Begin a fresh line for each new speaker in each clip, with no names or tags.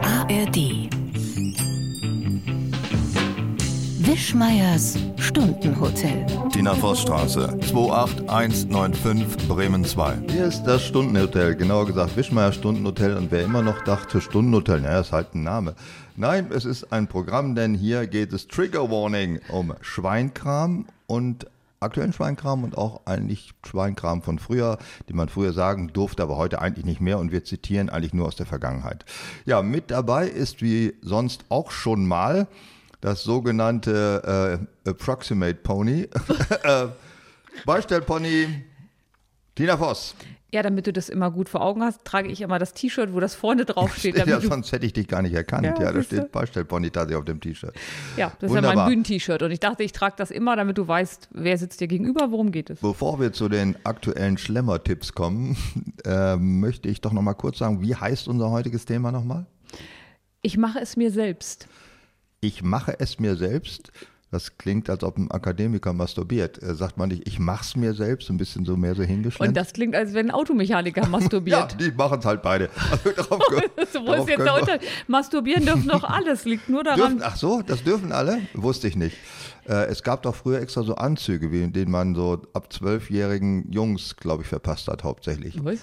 ARD. Wischmeiers Stundenhotel.
Die Forststraße 28195 Bremen 2. Hier ist das Stundenhotel, genauer gesagt Wischmeier Stundenhotel und wer immer noch dachte Stundenhotel, naja, ist halt ein Name. Nein, es ist ein Programm, denn hier geht es Trigger Warning um Schweinkram und aktuellen Schweinkram und auch eigentlich Schweinkram von früher, den man früher sagen durfte, aber heute eigentlich nicht mehr und wir zitieren eigentlich nur aus der Vergangenheit. Ja, mit dabei ist wie sonst auch schon mal das sogenannte äh, Approximate Pony, äh, Beistellpony Tina Voss.
Ja, damit du das immer gut vor Augen hast, trage ich immer das T-Shirt, wo das vorne drauf steht.
Ja,
Damit du,
sonst hätte ich dich gar nicht erkannt. Ja,
Ja,
da
siehste.
steht Beistellpony tatsächlich auf dem T-Shirt.
ja das ist ja
wunderbar.
mein Bühnent-T-Shirt. Und ich dachte, ich trage das immer, damit du weißt, wer sitzt dir gegenüber, worum geht es.
Bevor wir zu den aktuellen Schlemmer-Tipps kommen, äh, möchte ich doch nochmal kurz sagen, wie heißt unser heutiges Thema nochmal?
Ich mache es mir selbst.
ich mache es mir selbst. Das klingt, als ob ein Akademiker masturbiert. Äh, sagt man nicht, ich mach's mir selbst, ein bisschen so mehr so hingeschnitten.
Und das klingt, als wenn ein Automechaniker
ja,
masturbiert.
die machen's halt beide. Also darauf können,
so, wo
darauf
ist jetzt
können
der
wir-
Unter Masturbieren dürfen doch alles, liegt nur daran.
Dürfen, ach so, das dürfen alle? Wusste ich nicht. Äh, es gab doch früher extra so Anzüge, wie den man so ab zwölfjährigen Jungs, glaube ich, verpasst hat, hauptsächlich.
Was?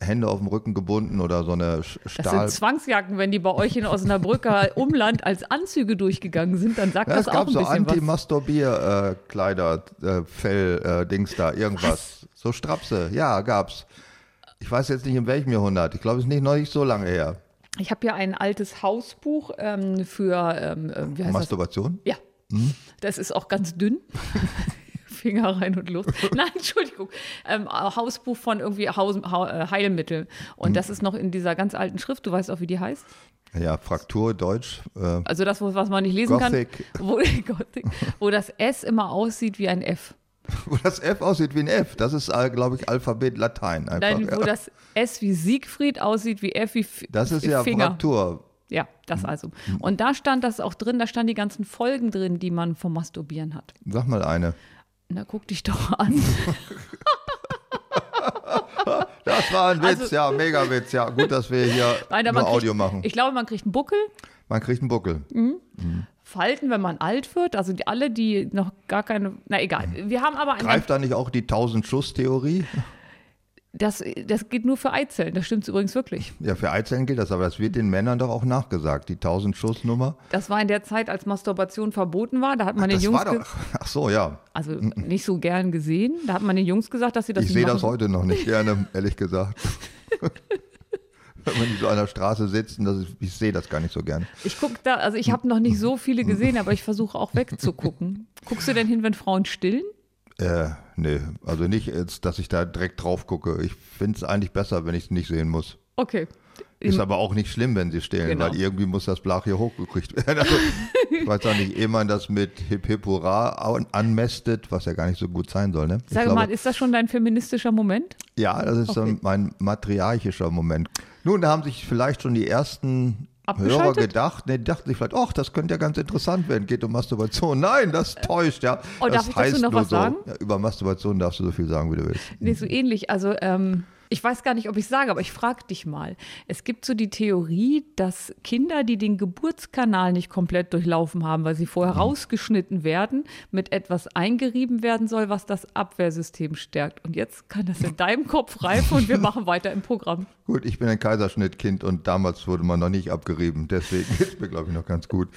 Hände auf dem Rücken gebunden oder so eine Sch-
Das
Stahl.
sind Zwangsjacken, wenn die bei euch in Osnabrücker Umland als Anzüge durchgegangen sind, dann sagt
Ja,
das
es
auch
gab
ein
so
bisschen was.
Anti-Masturbier-Kleider, äh, Fell, äh, Dings da, irgendwas. So Strapse, ja, gab's. Ich weiß jetzt nicht, in welchem Jahrhundert. Ich glaube, es ist nicht noch nicht so lange her.
Ich habe ja ein altes Hausbuch ähm, für, ähm, äh, wie heißt das?
Masturbation?
Ja.
Hm?
Das ist auch ganz dünn. Finger rein und los. Nein, Entschuldigung. Ähm, Hausbuch von irgendwie Haus, ha, äh, Heilmittel.
Hm.
Und das ist noch in dieser ganz alten Schrift. Du weißt auch, wie die heißt.
Ja, Fraktur, Deutsch. Äh,
Also das, wo- was man nicht lesen
Gothic.
kann. Wo, Gothic. Wo das S immer aussieht wie ein F.
wo das F aussieht wie ein F. Das ist, äh, glaube ich, Alphabet Latein. Einfach.
Nein, wo
ja.
das S wie Siegfried aussieht wie F wie F
das ist ja Hm.
Finger.
Fraktur.
Ja, das also. Und da stand das auch drin, da standen die ganzen Folgen drin, die man vom Masturbieren hat.
Sag mal eine.
Na, guck dich doch an.
Das war ein Witz,
Also-
ja, mega Witz. Ja, gut, dass wir hier
Nein, aber
nur
man kriegt,
Audio machen.
Ich glaube, man kriegt einen Buckel,
Man kriegt einen Buckel.
Falten, wenn man alt wird. Also die, alle, die noch gar keine. Na egal.
Mhm.
Wir haben aber einen.
Greift da nicht auch die 1000-Schuss-Theorie?
Das, das geht nur für Eizellen. Das stimmt übrigens wirklich.
Ja, für Eizellen gilt das, aber das wird den Männern doch auch nachgesagt, die 1000-Schuss-Nummer.
Das war in der Zeit, als Masturbation verboten war. Da hat man den
Das
Jungs.
war
ge-
doch. Ach so, ja.
Also nicht so gern gesehen. Da hat man den Jungs gesagt, dass sie das
Ich
nicht
sehe
machen.
das heute noch nicht gerne, ehrlich gesagt. Wenn man so an der Straße sitzt, und das ist, ich sehe das gar nicht so gerne.
Ich guck da, also ich habe noch nicht so viele
Mhm.
gesehen, aber ich versuche auch wegzugucken. Guckst du denn hin, wenn Frauen stillen?
Äh, nee, also nicht, jetzt, dass ich da direkt drauf gucke. Ich finde es eigentlich besser, wenn ich es nicht sehen muss.
Okay.
Ist aber auch nicht schlimm, wenn sie stehlen,
Genau.
weil irgendwie muss das Blach hier hochgekriegt werden. Also, ich weiß auch nicht, ehe man das mit Hip Hip Hurra an- anmästet, was ja gar nicht so gut sein soll. Ne? Ich
Sag
glaube-
mal, ist das schon dein feministischer Moment?
Ja, das ist dann mein matriarchischer Moment. Nun, da haben sich vielleicht schon die ersten
Abgeschaltet?
Hörer gedacht, ne, die dachten sich vielleicht, ach, das könnte ja ganz interessant werden, geht um Masturbation. Nein, das täuscht, ja.
Oh,
das
darf ich dazu noch
nur
was
so,
sagen?
Ja, über Masturbation darfst du so viel sagen, wie du willst.
Nee, so ähnlich. Also ähm, ich weiß gar nicht, ob ich sage, aber ich frage dich mal. Es gibt so die Theorie, dass Kinder, die den Geburtskanal nicht komplett durchlaufen haben, weil sie vorher
Mhm.
rausgeschnitten werden, mit etwas eingerieben werden soll, was das Abwehrsystem stärkt. Und jetzt kann das in deinem Kopf reifen und wir machen weiter im Programm.
Gut, ich bin ein Kaiserschnittkind und damals wurde man noch nicht abgerieben. Deswegen geht's mir, glaube ich, noch ganz gut.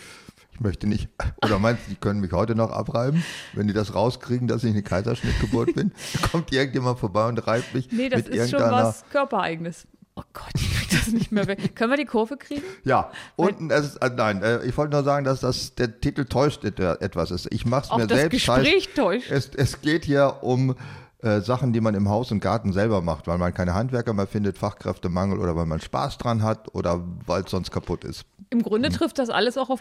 Ich möchte nicht, oder meinst du, die können mich heute noch abreiben? Wenn die das rauskriegen, dass ich eine Kaiserschnittgeburt bin, kommt irgendjemand vorbei und reibt mich
Nee, das
mit
ist schon
irgendeiner
was Körpereigenes. Oh Gott, ich krieg das nicht mehr weg. Können wir die Kurve kriegen?
Ja, unten, es ist, äh, nein, äh, ich wollte nur sagen, dass das, der Titel täuscht et- äh, etwas. Es- Ich mache es
Auch
mir
das
selbst.
Gespräch
heißt,
täuscht.
Es, es geht hier um äh, Sachen, die man im Haus und Garten selber macht, weil man keine Handwerker mehr findet, Fachkräftemangel oder weil man Spaß dran hat oder weil es sonst kaputt ist.
Im Grunde trifft das alles auch auf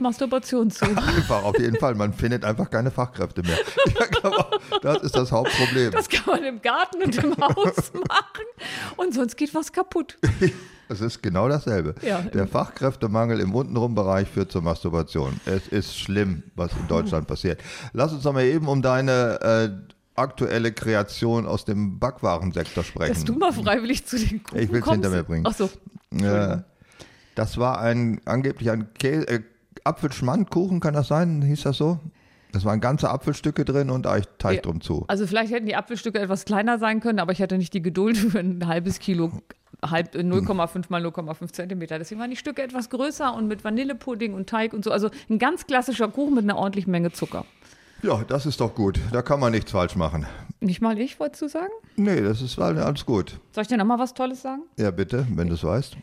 Masturbation zu.
Einfach, auf jeden Fall. Man findet einfach keine Fachkräfte mehr. Ja, genau, das ist das Hauptproblem.
Das kann man im Garten und im Haus machen. Und sonst geht was kaputt.
Es ist genau dasselbe.
Ja.
Der Fachkräftemangel im untenrum Bereich führt zur Masturbation. Es ist schlimm, was in Deutschland passiert. Lass uns doch mal eben um deine äh, aktuelle Kreation aus dem Backwarensektor
Dass
sprechen.
du mal freiwillig zu den Kuchen
Ich will's
kommst.
hinter mir bringen.
Ach so.
Äh, Das war ein angeblich ein Käse, äh, Apfelschmandkuchen, kann das sein? Hieß das so? Das waren ganze Apfelstücke drin und Eich- Teig
Ja.
drum zu.
Also vielleicht hätten die Apfelstücke etwas kleiner sein können, aber ich hatte nicht die Geduld für ein halbes Kilo, halb äh, 0,5 mal 0,5 Zentimeter. Deswegen waren die Stücke etwas größer und mit Vanillepudding und Teig und so. Also ein ganz klassischer Kuchen mit einer ordentlichen Menge Zucker.
Ja, das ist doch gut. Da kann man nichts falsch machen.
Nicht mal ich, wolltest du sagen?
Nee, das ist alles gut.
Soll ich dir nochmal was Tolles sagen?
Ja, bitte, wenn du es weißt.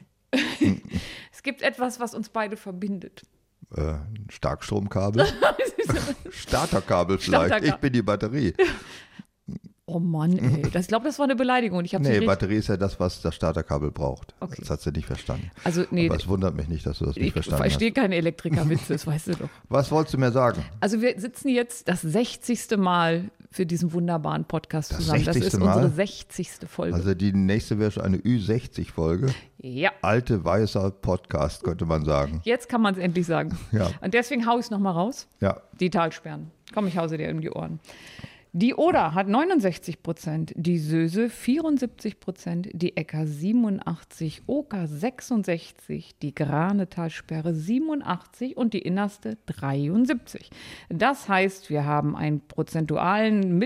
Es gibt etwas, was uns beide verbindet.
Äh, Starkstromkabel. Starterkabel vielleicht.
Starterka-
Ich bin die Batterie.
Oh Mann, ey. Das- Ich glaube, das war eine Beleidigung. und Ich habe
Nee,
nee,
Batterie ist ja das, was das Starterkabel braucht.
Okay.
Das hat sie nicht verstanden.
Also, nee,
Aber es wundert mich nicht, dass du das nicht
ich
verstanden
verstehe keine Elektrikerwitze, das weißt du doch.
hast. Was wolltest du mir sagen?
Also wir sitzen jetzt das 60. Mal für diesen wunderbaren Podcast
Das
zusammen. Das
60.
ist
Mal?
unsere 60. Folge.
Also die nächste wäre schon eine Ü60-Folge.
ja,
Alte weißer Podcast, könnte man sagen.
jetzt kann man es endlich sagen.
Ja.
Und deswegen hau ich es nochmal raus.
Ja,
Die Talsperren. Komm, ich hause dir in die Ohren. Die Oder hat 69 Prozent, die Söse 74 Prozent, die Äcker 87, Oker 66, die Granetalsperre 87 und die Innerste 73. Das heißt, wir haben einen prozentualen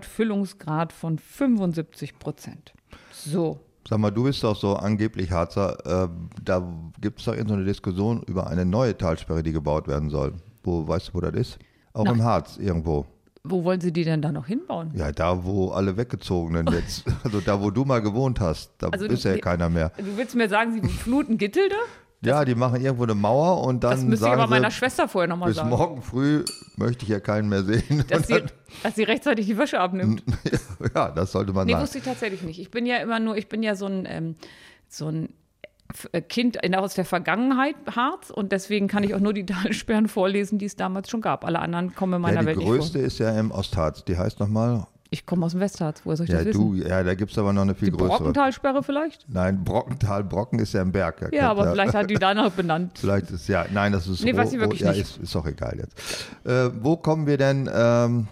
Mittelwertfüllungsgrad von 75 Prozent. So.
Sag mal, du bist doch so angeblich Harzer. Äh, da gibt es doch irgendeine Diskussion über eine neue Talsperre, die gebaut werden soll. Wo, weißt du, wo das ist? Auch im Harz irgendwo.
Wo wollen Sie die denn da noch hinbauen?
Ja, da, wo alle weggezogenen jetzt, also da, wo du mal gewohnt hast, da
Also du-
ist ja
wir-
keiner mehr.
Du willst mir sagen, Sie fluten Gittelde?
Ja, die machen irgendwo eine Mauer und dann
Das müsste ich
sagen
aber meiner
sie,
Schwester vorher nochmal
bis
sagen.
morgen früh möchte ich ja keinen mehr sehen.
dass
Und
sie, dass sie rechtzeitig die Wäsche abnimmt.
dann, ja, das sollte man
Nee,
sagen.
wusste ich tatsächlich nicht. Ich bin ja immer nur, ich bin ja so ein, ähm, so ein F- äh, Kind in, aus der Vergangenheit, Harz, und deswegen kann ich auch nur die Talsperren vorlesen, die es damals schon gab. Alle anderen kommen in meiner
Ja, die
Welt nicht
größte
vor.
ist ja im Ostharz. Die heißt nochmal.
Ich komme aus dem Westharz, woher soll ich
Ja,
das
du,
wissen?
ja, da gibt es aber noch eine viel
Die
größere.
Brockentalsperre vielleicht?
Nein, Brockental, Brocken ist ja ein Berg. Da
Ja,
kommt
aber vielleicht hat die danach benannt.
Vielleicht ist ja, nein, das ist
Nee,
Ro-
weiß ich
Ro-
wirklich
ja,
nicht.
Ist, ist doch egal jetzt. Äh, wo kommen wir denn ähm,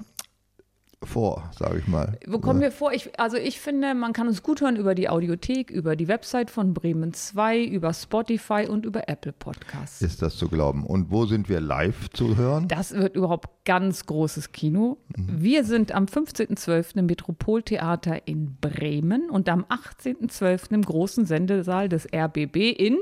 vor, sage ich mal?
Wo kommen wir vor? Ich, also ich finde, man kann uns gut hören über die Audiothek, über die Website von Bremen 2, über Spotify und über Apple Podcasts.
Ist das zu glauben? Und wo sind wir live zu hören?
Das wird überhaupt ganz großes Kino.
Mhm.
Wir sind am 15.12. im Metropoltheater in Bremen und am 18.12. im großen Sendesaal des RBB in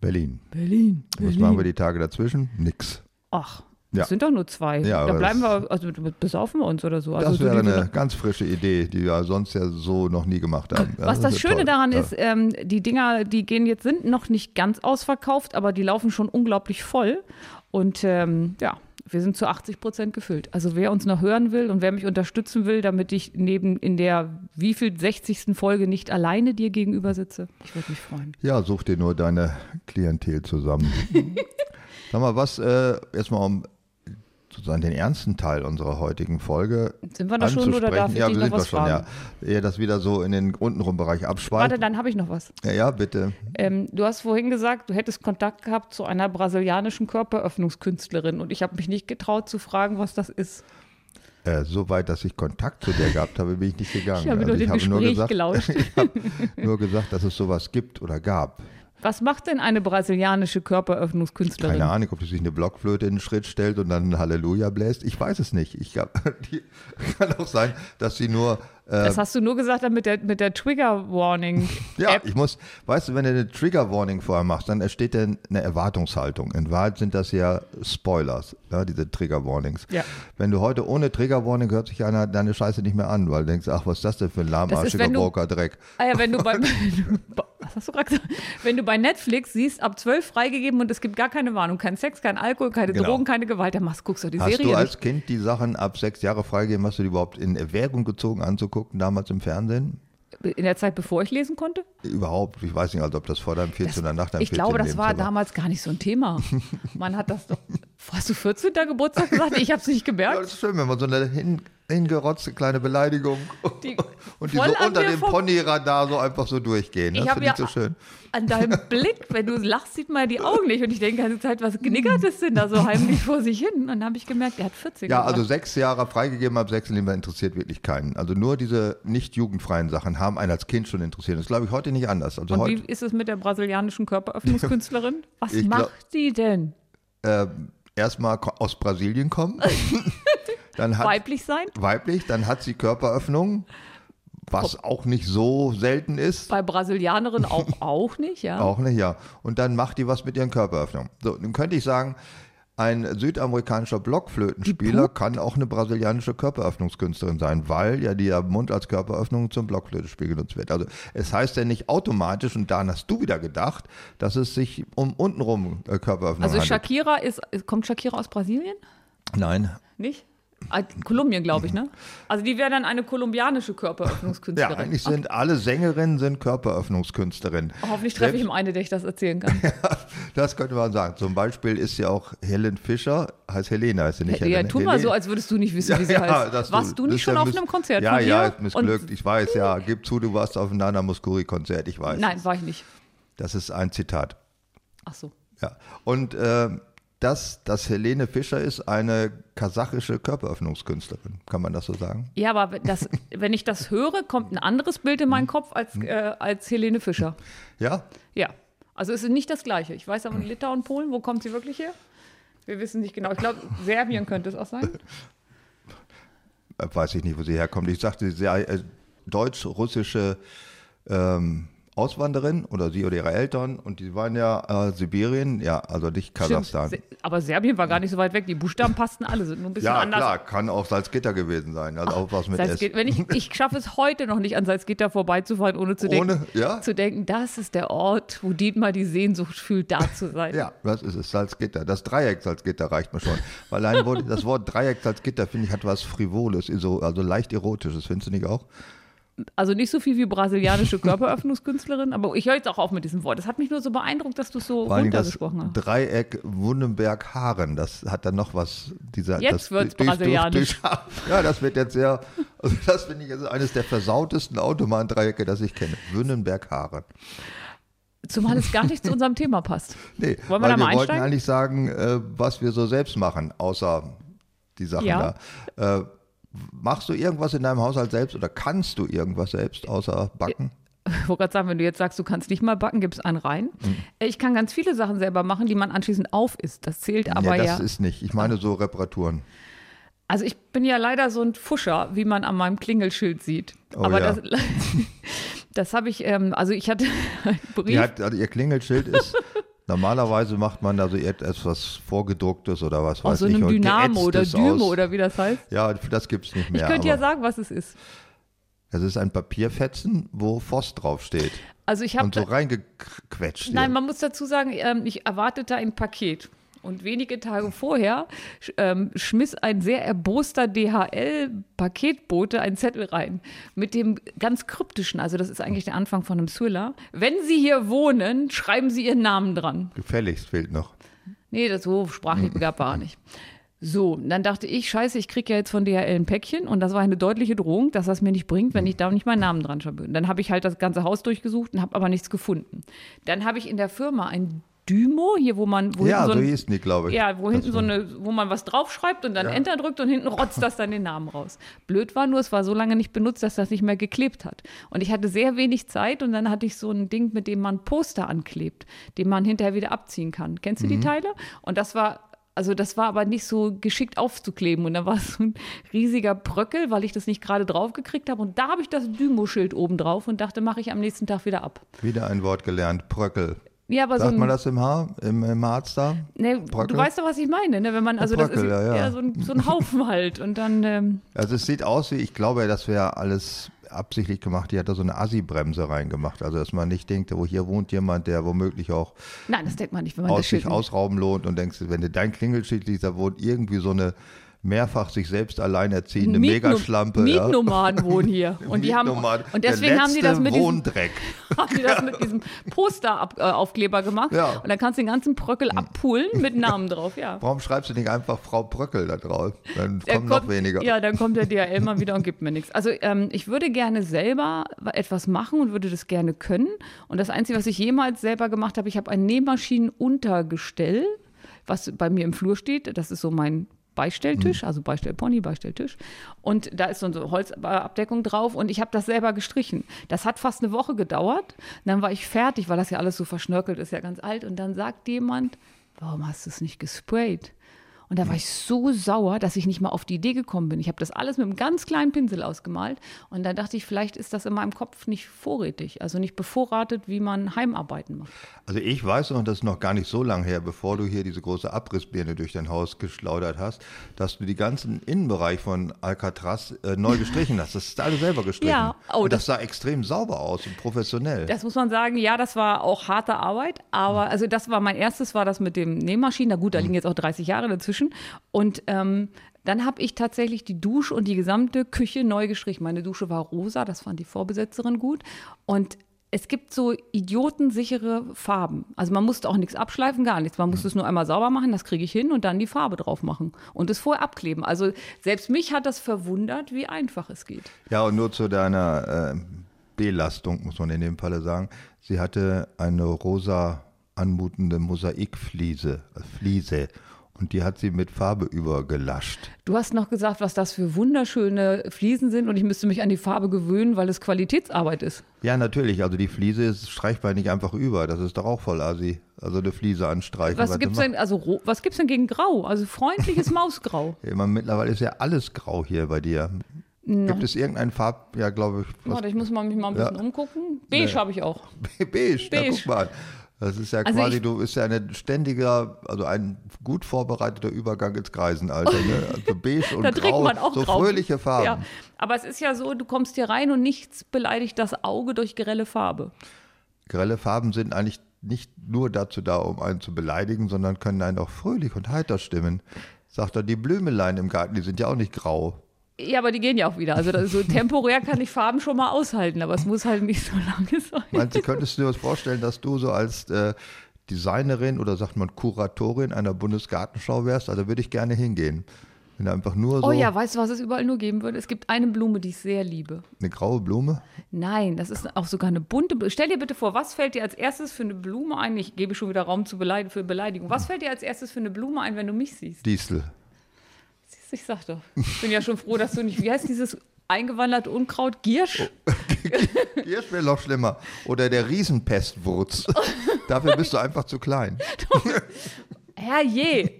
Berlin.
Berlin.
Was machen wir die Tage dazwischen? Nix.
Ach,
Ja.
das sind doch nur zwei.
Ja,
da
aber
bleiben wir, also besaufen wir uns oder so. also
Das
so
wäre
diese-
eine ganz frische Idee, die wir sonst ja so noch nie gemacht haben. Ja,
was das,
ist ja
Schöne
toll.
daran
Ja.
ist, ähm, die Dinger, die gehen jetzt, sind noch nicht ganz ausverkauft, aber die laufen schon unglaublich voll. Und ähm, ja, wir sind zu 80 Prozent gefüllt. Also wer uns noch hören will und wer mich unterstützen will, damit ich neben in der wieviel 60. Folge nicht alleine dir gegenüber sitze, ich würde mich freuen.
Ja, such dir nur deine Klientel zusammen. Sag mal, was, äh, erstmal um sozusagen den ernsten Teil unserer heutigen Folge
Sind wir da schon oder darf ich
ja,
dich
wir
noch
sind
was
doch schon,
fragen?
ja. Eher das wieder so in den untenrum Bereich
Warte,
abschweift.
dann habe ich noch was.
Ja, ja, bitte.
Ähm, du hast vorhin gesagt, du hättest Kontakt gehabt zu einer brasilianischen Körperöffnungskünstlerin und ich habe mich nicht getraut zu fragen, was das ist.
Äh, so weit, dass ich Kontakt zu dir gehabt habe, bin ich nicht gegangen. Also
Ich habe nur dem
ich habe nur
Gespräch
gesagt,
gelauscht.
nur gesagt, dass es sowas gibt oder gab.
Was macht denn eine brasilianische Körperöffnungskünstlerin?
Keine Ahnung, ob die sich eine Blockflöte in den Schritt stellt und dann ein Halleluja bläst. Ich weiß es nicht. Ich hab, die, kann auch sein, dass sie nur äh,
Das hast du nur gesagt mit der, mit der Trigger Warning.
Ja,
App.
ich muss, weißt du, wenn du eine Trigger Warning vorher machst, dann entsteht ja eine Erwartungshaltung. In Wahrheit sind das ja Spoilers, ja, diese Trigger Warnings.
Ja.
Wenn du heute ohne Trigger Warning hört sich einer deine Scheiße nicht mehr an, weil du denkst, ach, was ist das denn für ein
Das ist,
lahmarschiger
wenn du-
Broker Dreck.
Ah ja, wenn du bei wenn du- was hast du gerade gesagt? Wenn du bei Netflix siehst, ab 12 freigegeben und es gibt gar keine Warnung, kein Sex, kein Alkohol, keine
Genau.
Drogen, keine Gewalt, dann machst guckst du die
Hast
Serie
du
nicht.
als Kind die Sachen ab sechs Jahre freigegeben, hast du die überhaupt in Erwägung gezogen anzugucken, damals im Fernsehen?
in der Zeit, bevor ich lesen konnte?
Überhaupt, ich weiß nicht, also ob das vor deinem 14. oder nach deinem
Ich glaube,
14.
das war
Lebensjahr
damals gar nicht so ein Thema. Man hat das doch. Hast du 14. Geburtstag gesagt? Ich habe es nicht
Ja,
gemerkt.
das ist schön, wenn man so eine hin, hingerotzt, kleine Beleidigung.
Die-
und die
voll
so
an
unter
mir
dem
vor-
Ponyradar so einfach so durchgehen. Das
Ich habe
finde
ja
ich so schön.
an deinem Blick, wenn du lachst, sieht man ja die Augen nicht. Und ich denke die ganze Zeit, was knickert es denn da so heimlich vor sich hin? Und dann habe ich gemerkt, er hat 40
Ja,
gemacht.
also sechs Jahre freigegeben ab sechs Leben interessiert wirklich keinen. Also nur diese nicht jugendfreien Sachen haben einen als Kind schon interessiert. Das ist, glaube ich heute nicht anders. Also
Und
heute
wie ist es mit der brasilianischen Körperöffnungskünstlerin? Was
Ich glaub-
macht die denn?
erstmal ko- aus Brasilien kommen, dann hat
Weiblich sein?
weiblich, dann hat sie Körperöffnung, was auch nicht so selten ist.
Bei Brasilianerinnen auch, auch nicht, ja.
Auch nicht, ja. Und dann macht die was mit ihren Körperöffnungen. So, nun könnte ich sagen, ein südamerikanischer Blockflötenspieler kann auch eine brasilianische Körperöffnungskünstlerin sein, weil ja der Mund als Körperöffnung zum Blockflötenspiel genutzt wird. Also es heißt ja nicht automatisch, und daran hast du wieder gedacht, dass es sich um untenrum äh, Körperöffnung
Also
handelt.
Shakira ist, kommt Shakira aus Brasilien?
Nein.
Nicht? Ah, Kolumbien, glaube ich, ne? Also die wäre dann eine kolumbianische
Ja,
Körperöffnungskünstlerin.
eigentlich sind alle Sängerinnen sind Körperöffnungskünstlerinnen.
Oh, Hoffentlich treffe ich ihm eine, der ich das erzählen kann.
Das könnte man sagen. Zum Beispiel ist ja auch Helen Fischer, heißt Helena, heißt sie nicht
ja,
Helen.
tu mal
Helene.
so, als würdest du nicht wissen, wie sie heißt.
das
Warst du
das
nicht
ist
schon
ja
auf
miss-
einem Konzert
ja,
von ihr?
Ja, ist
Und- Hm.
missglückt. Ich weiß, ja. Gib zu, du warst auf einem Nana Muscuri-Konzert. Ich weiß.
Nein, war ich nicht.
Das ist ein Zitat.
Ach so.
Ja. Und äh, das, das Helene Fischer ist eine kasachische Körperöffnungskünstlerin. Kann man das so sagen?
Ja, aber wenn das, wenn ich das höre, kommt ein anderes Bild in
Mhm.
meinen Kopf als, äh, als Helene Fischer.
Ja.
Ja. Also es ist nicht das Gleiche. Ich weiß
Mhm.
aber Litauen, Polen, wo kommt sie wirklich her? Wir wissen nicht genau. Ich glaube, Serbien könnte es auch sein.
Äh, Weiß ich nicht, wo sie herkommt. Ich sagte, sie sei äh, deutsch-russische ähm, Auswanderin oder sie oder ihre Eltern. Und die waren ja äh, Sibirien, ja, also nicht Kasachstan.
Stimmt. Se- Aber Serbien war gar nicht so weit weg. Die Buchstaben passten alle, sind nur ein bisschen
Ja,
anders.
klar, kann auch Salzgitter gewesen sein. Also auch was mit S.
Salzgitter, wenn ich, ich schaffe es heute noch nicht, an Salzgitter vorbeizufahren, ohne zu denken,
Ohne, ja?
zu denken, das ist der Ort, wo Dietmar die Sehnsucht fühlt, da zu sein.
Ja, das ist es, Salzgitter. Das Dreieck Salzgitter reicht mir schon. Weil allein wurde, das Wort Dreieck Salzgitter, finde ich, hat was Frivoles, so- also leicht Erotisches, findest du nicht auch?
Also nicht so viel wie brasilianische Körperöffnungskünstlerin, aber ich höre jetzt auch auf mit diesem Wort. Das hat mich nur so beeindruckt, dass du es so
Vor allem das
runtergesprochen hast.
Dreieck Wundenberg-Haaren, das hat dann noch was, dieser.
Jetzt
das,
wird's
durch- durch-
brasilianisch.
durch- ja, das wird jetzt sehr, also das finde ich, ist eines der versautesten Autobahndreiecke, das ich kenne. Wundenberg-Haaren.
Zumal es gar nicht zu unserem Thema passt.
Nee,
Wollen wir
weil
da mal
wir wollten
einsteigen?
eigentlich sagen, äh, was wir so selbst machen, außer die Sachen
Ja.
da. Äh, machst du irgendwas in deinem Haushalt selbst oder kannst du irgendwas selbst außer backen?
Ich wollte gerade sagen, wenn du jetzt sagst, du kannst nicht mal backen, gibst einen rein.
Mhm.
Ich kann ganz viele Sachen selber machen, die man anschließend auf isst. Das zählt aber
nee,
ja.
das ist nicht. Ich meine so Reparaturen.
Also ich bin ja leider so ein Fuscher, wie man an meinem Klingelschild sieht.
Oh
Aber
ja.
das, das habe ich, ähm, also ich hatte einen Brief.
Die hat, also ihr Klingelschild ist. Normalerweise macht man da so etwas vorgedrucktes oder was
aus
weiß
so
ich.
einem
und
Dynamo oder
geätztes
Dymo
aus-
oder wie das heißt.
Ja, das gibt's nicht
Ich
mehr.
könnte ja
aber
sagen, was es ist.
das ist ein Papierfetzen, wo Voss draufsteht
Also ich habe,
und so reingequetscht.
nein, man muss dazu sagen, ähm, ich erwartete ein Paket. Und wenige Tage vorher sch- ähm, schmiss ein sehr erboster DHL-Paketbote einen Zettel rein mit dem ganz kryptischen, also das ist eigentlich der Anfang von einem Thriller. Wenn Sie hier wohnen, schreiben Sie Ihren Namen dran.
Gefälligst fehlt noch.
Nee, das so sprachlich begabt war er nicht. So, und dann dachte ich, scheiße, ich kriege ja jetzt von DHL ein Päckchen und das war eine deutliche Drohung, dass das mir nicht bringt, wenn ich da nicht meinen Namen dran schreibe. Und Dann habe ich halt das ganze Haus durchgesucht und habe aber nichts gefunden. Dann habe ich in der Firma ein Dymo, hier wo man, wo
ja, also so
hinten so ein,
hieß die, glaube ich.
ja, wo hinten so eine, wo man was draufschreibt und dann Enter drückt und hinten rotzt das dann den Namen raus. Blöd war nur, es war so lange nicht benutzt, dass das nicht mehr geklebt hat. Und ich hatte sehr wenig Zeit und dann hatte ich so ein Ding, mit dem man Poster anklebt, den man hinterher wieder abziehen kann. Kennst
Mhm.
du die Teile? Und das war also das war aber nicht so geschickt aufzukleben und da war so ein riesiger Bröckel, weil ich das nicht gerade drauf gekriegt habe und da habe ich das Dymo-Schild oben drauf und dachte, mache ich am nächsten Tag wieder ab.
Wieder ein Wort gelernt, Bröckel.
Ja, aber so
Sagt
ein,
man das im Haar, im, im Harz da?
Ne,
Bröckel?
du weißt doch, was ich meine, ne? Wenn man, also das
Bröckel,
ist
ja, ja.
so, ein, so ein Haufen halt. Und dann, ähm,
Also es sieht aus wie, ich glaube, das wäre alles absichtlich gemacht. Die hat da so eine Assi-Bremse reingemacht. Also dass man nicht denkt, wo hier wohnt jemand, der womöglich auch
nein, das denkt man nicht, wenn man
aus
das Schild.
sich ausrauben lohnt und denkst, wenn du dein Klingelschild liest, da wohnt irgendwie so eine mehrfach sich selbst alleinerziehende
Mietno-
Megaschlampe. ja.
Mietnomaden wohnen hier. Und, die haben,
Mietnomaden.
und deswegen
der
haben die
letzte
das mit diesem,
Wohndreck.
haben die das mit diesem Poster-Aufkleber gemacht.
Ja. Hm.
Und dann kannst du den ganzen Bröckel abpulen mit Namen drauf, ja.
Warum schreibst du nicht einfach Frau Bröckel da drauf? Dann
Er
kommen noch
kommt-
weniger.
Ja, dann kommt der DHL mal wieder und gibt mir nichts. Also ähm, ich würde gerne selber etwas machen und würde das gerne können. Und das Einzige, was ich jemals selber gemacht habe, ich habe ein Nähmaschinenuntergestell, was bei mir im Flur steht. Das ist so mein Beistelltisch,
Mhm.
also Beistellpony, Beistelltisch. Und da ist so eine Holzabdeckung drauf und ich habe das selber gestrichen. Das hat fast eine Woche gedauert. Und dann war ich fertig, weil das ja alles so verschnörkelt ist, ja ganz alt. Und dann sagt jemand, warum hast du es nicht gesprayt? Und da war ich so sauer, dass ich nicht mal auf die Idee gekommen bin. Ich habe das alles mit einem ganz kleinen Pinsel ausgemalt. Und dann dachte ich, vielleicht ist das in meinem Kopf nicht vorrätig, also nicht bevorratet, wie man Heimarbeiten macht.
Also ich weiß noch, und das ist noch gar nicht so lang her, bevor du hier diese große Abrissbirne durch dein Haus geschleudert hast, dass du die ganzen Innenbereich von Alcatraz äh, neu gestrichen hast. Das ist alles selber gestrichen.
Ja. Oh,
und das, sah extrem sauber aus und professionell.
Das muss man sagen, ja, das war auch harte Arbeit, aber also das war mein erstes, war das mit dem Nähmaschinen. Na gut, da liegen jetzt auch 30 Jahre dazwischen. Und ähm, dann habe ich tatsächlich die Dusche und die gesamte Küche neu gestrichen. Meine Dusche war rosa, das fand die Vorbesitzerin gut. Und es gibt so idiotensichere Farben. Also man musste auch nichts abschleifen, gar nichts. Man musste es nur einmal sauber machen, das kriege ich hin und dann die Farbe drauf machen und es vorher abkleben. Also selbst mich hat das verwundert, wie einfach es geht.
Ja, und nur zu deiner äh, Belastung, muss man in dem Falle sagen. Sie hatte eine rosa anmutende Mosaikfliese. äh, Fliese. Und die hat sie mit Farbe übergelascht.
Du hast noch gesagt, was das für wunderschöne Fliesen sind und ich müsste mich an die Farbe gewöhnen, weil es Qualitätsarbeit ist.
Ja, natürlich. Also die Fliese ist- streicht man nicht einfach über. Das ist doch auch voll assi. Also eine Fliese anstreichen.
Was gibt's
immer-
denn also ro- was gibt's denn gegen Grau? Also freundliches Mausgrau.
Ja, man, mittlerweile ist ja alles grau hier bei dir. Gibt es irgendeinen Farb, ja, glaube ich, was,
Warte, ich muss mal, mich mal ein bisschen umgucken. Beige habe ich auch.
beige, da
Beige.
guck mal. Das ist ja
Also
quasi,
ich-
du bist ja ein ständiger, also ein gut vorbereiteter Übergang ins Greisenalter. Ne? Also beige und
Da trägt
grau,
man auch
so
Grau.
fröhliche Farben.
Ja, aber es ist ja so, du kommst hier rein und nichts beleidigt das Auge durch grelle Farbe.
Grelle Farben sind eigentlich nicht nur dazu da, um einen zu beleidigen, sondern können einen auch fröhlich und heiter stimmen. Sagt er, die Blümelein im Garten, die sind ja auch nicht grau.
Ja, aber die gehen ja auch wieder. Also das, so temporär kann ich Farben schon mal aushalten, aber es muss halt nicht so lange sein.
Meinst du, könntest du dir das vorstellen, dass du so als äh, Designerin oder sagt man Kuratorin einer Bundesgartenschau wärst? Also würde ich gerne hingehen. Wenn da einfach nur so
Oh ja, weißt du, was es überall nur geben würde? Es gibt eine Blume, die ich sehr liebe.
eine graue Blume.
Nein, das ist auch sogar eine bunte Blume. Stell dir bitte vor, was fällt dir als erstes für eine Blume ein? Ich gebe schon wieder Raum zu Beleid für Beleidigung. Was fällt dir als erstes für eine Blume ein, wenn du mich siehst?
Diesel.
Siehst du, Ich sag doch. Ich bin ja schon froh, dass du nicht. Wie heißt dieses eingewanderte Unkraut? Giersch?
Oh. Jetzt wäre noch schlimmer. Oder der Riesenpestwurz. Dafür bist du einfach zu klein.
Herrje!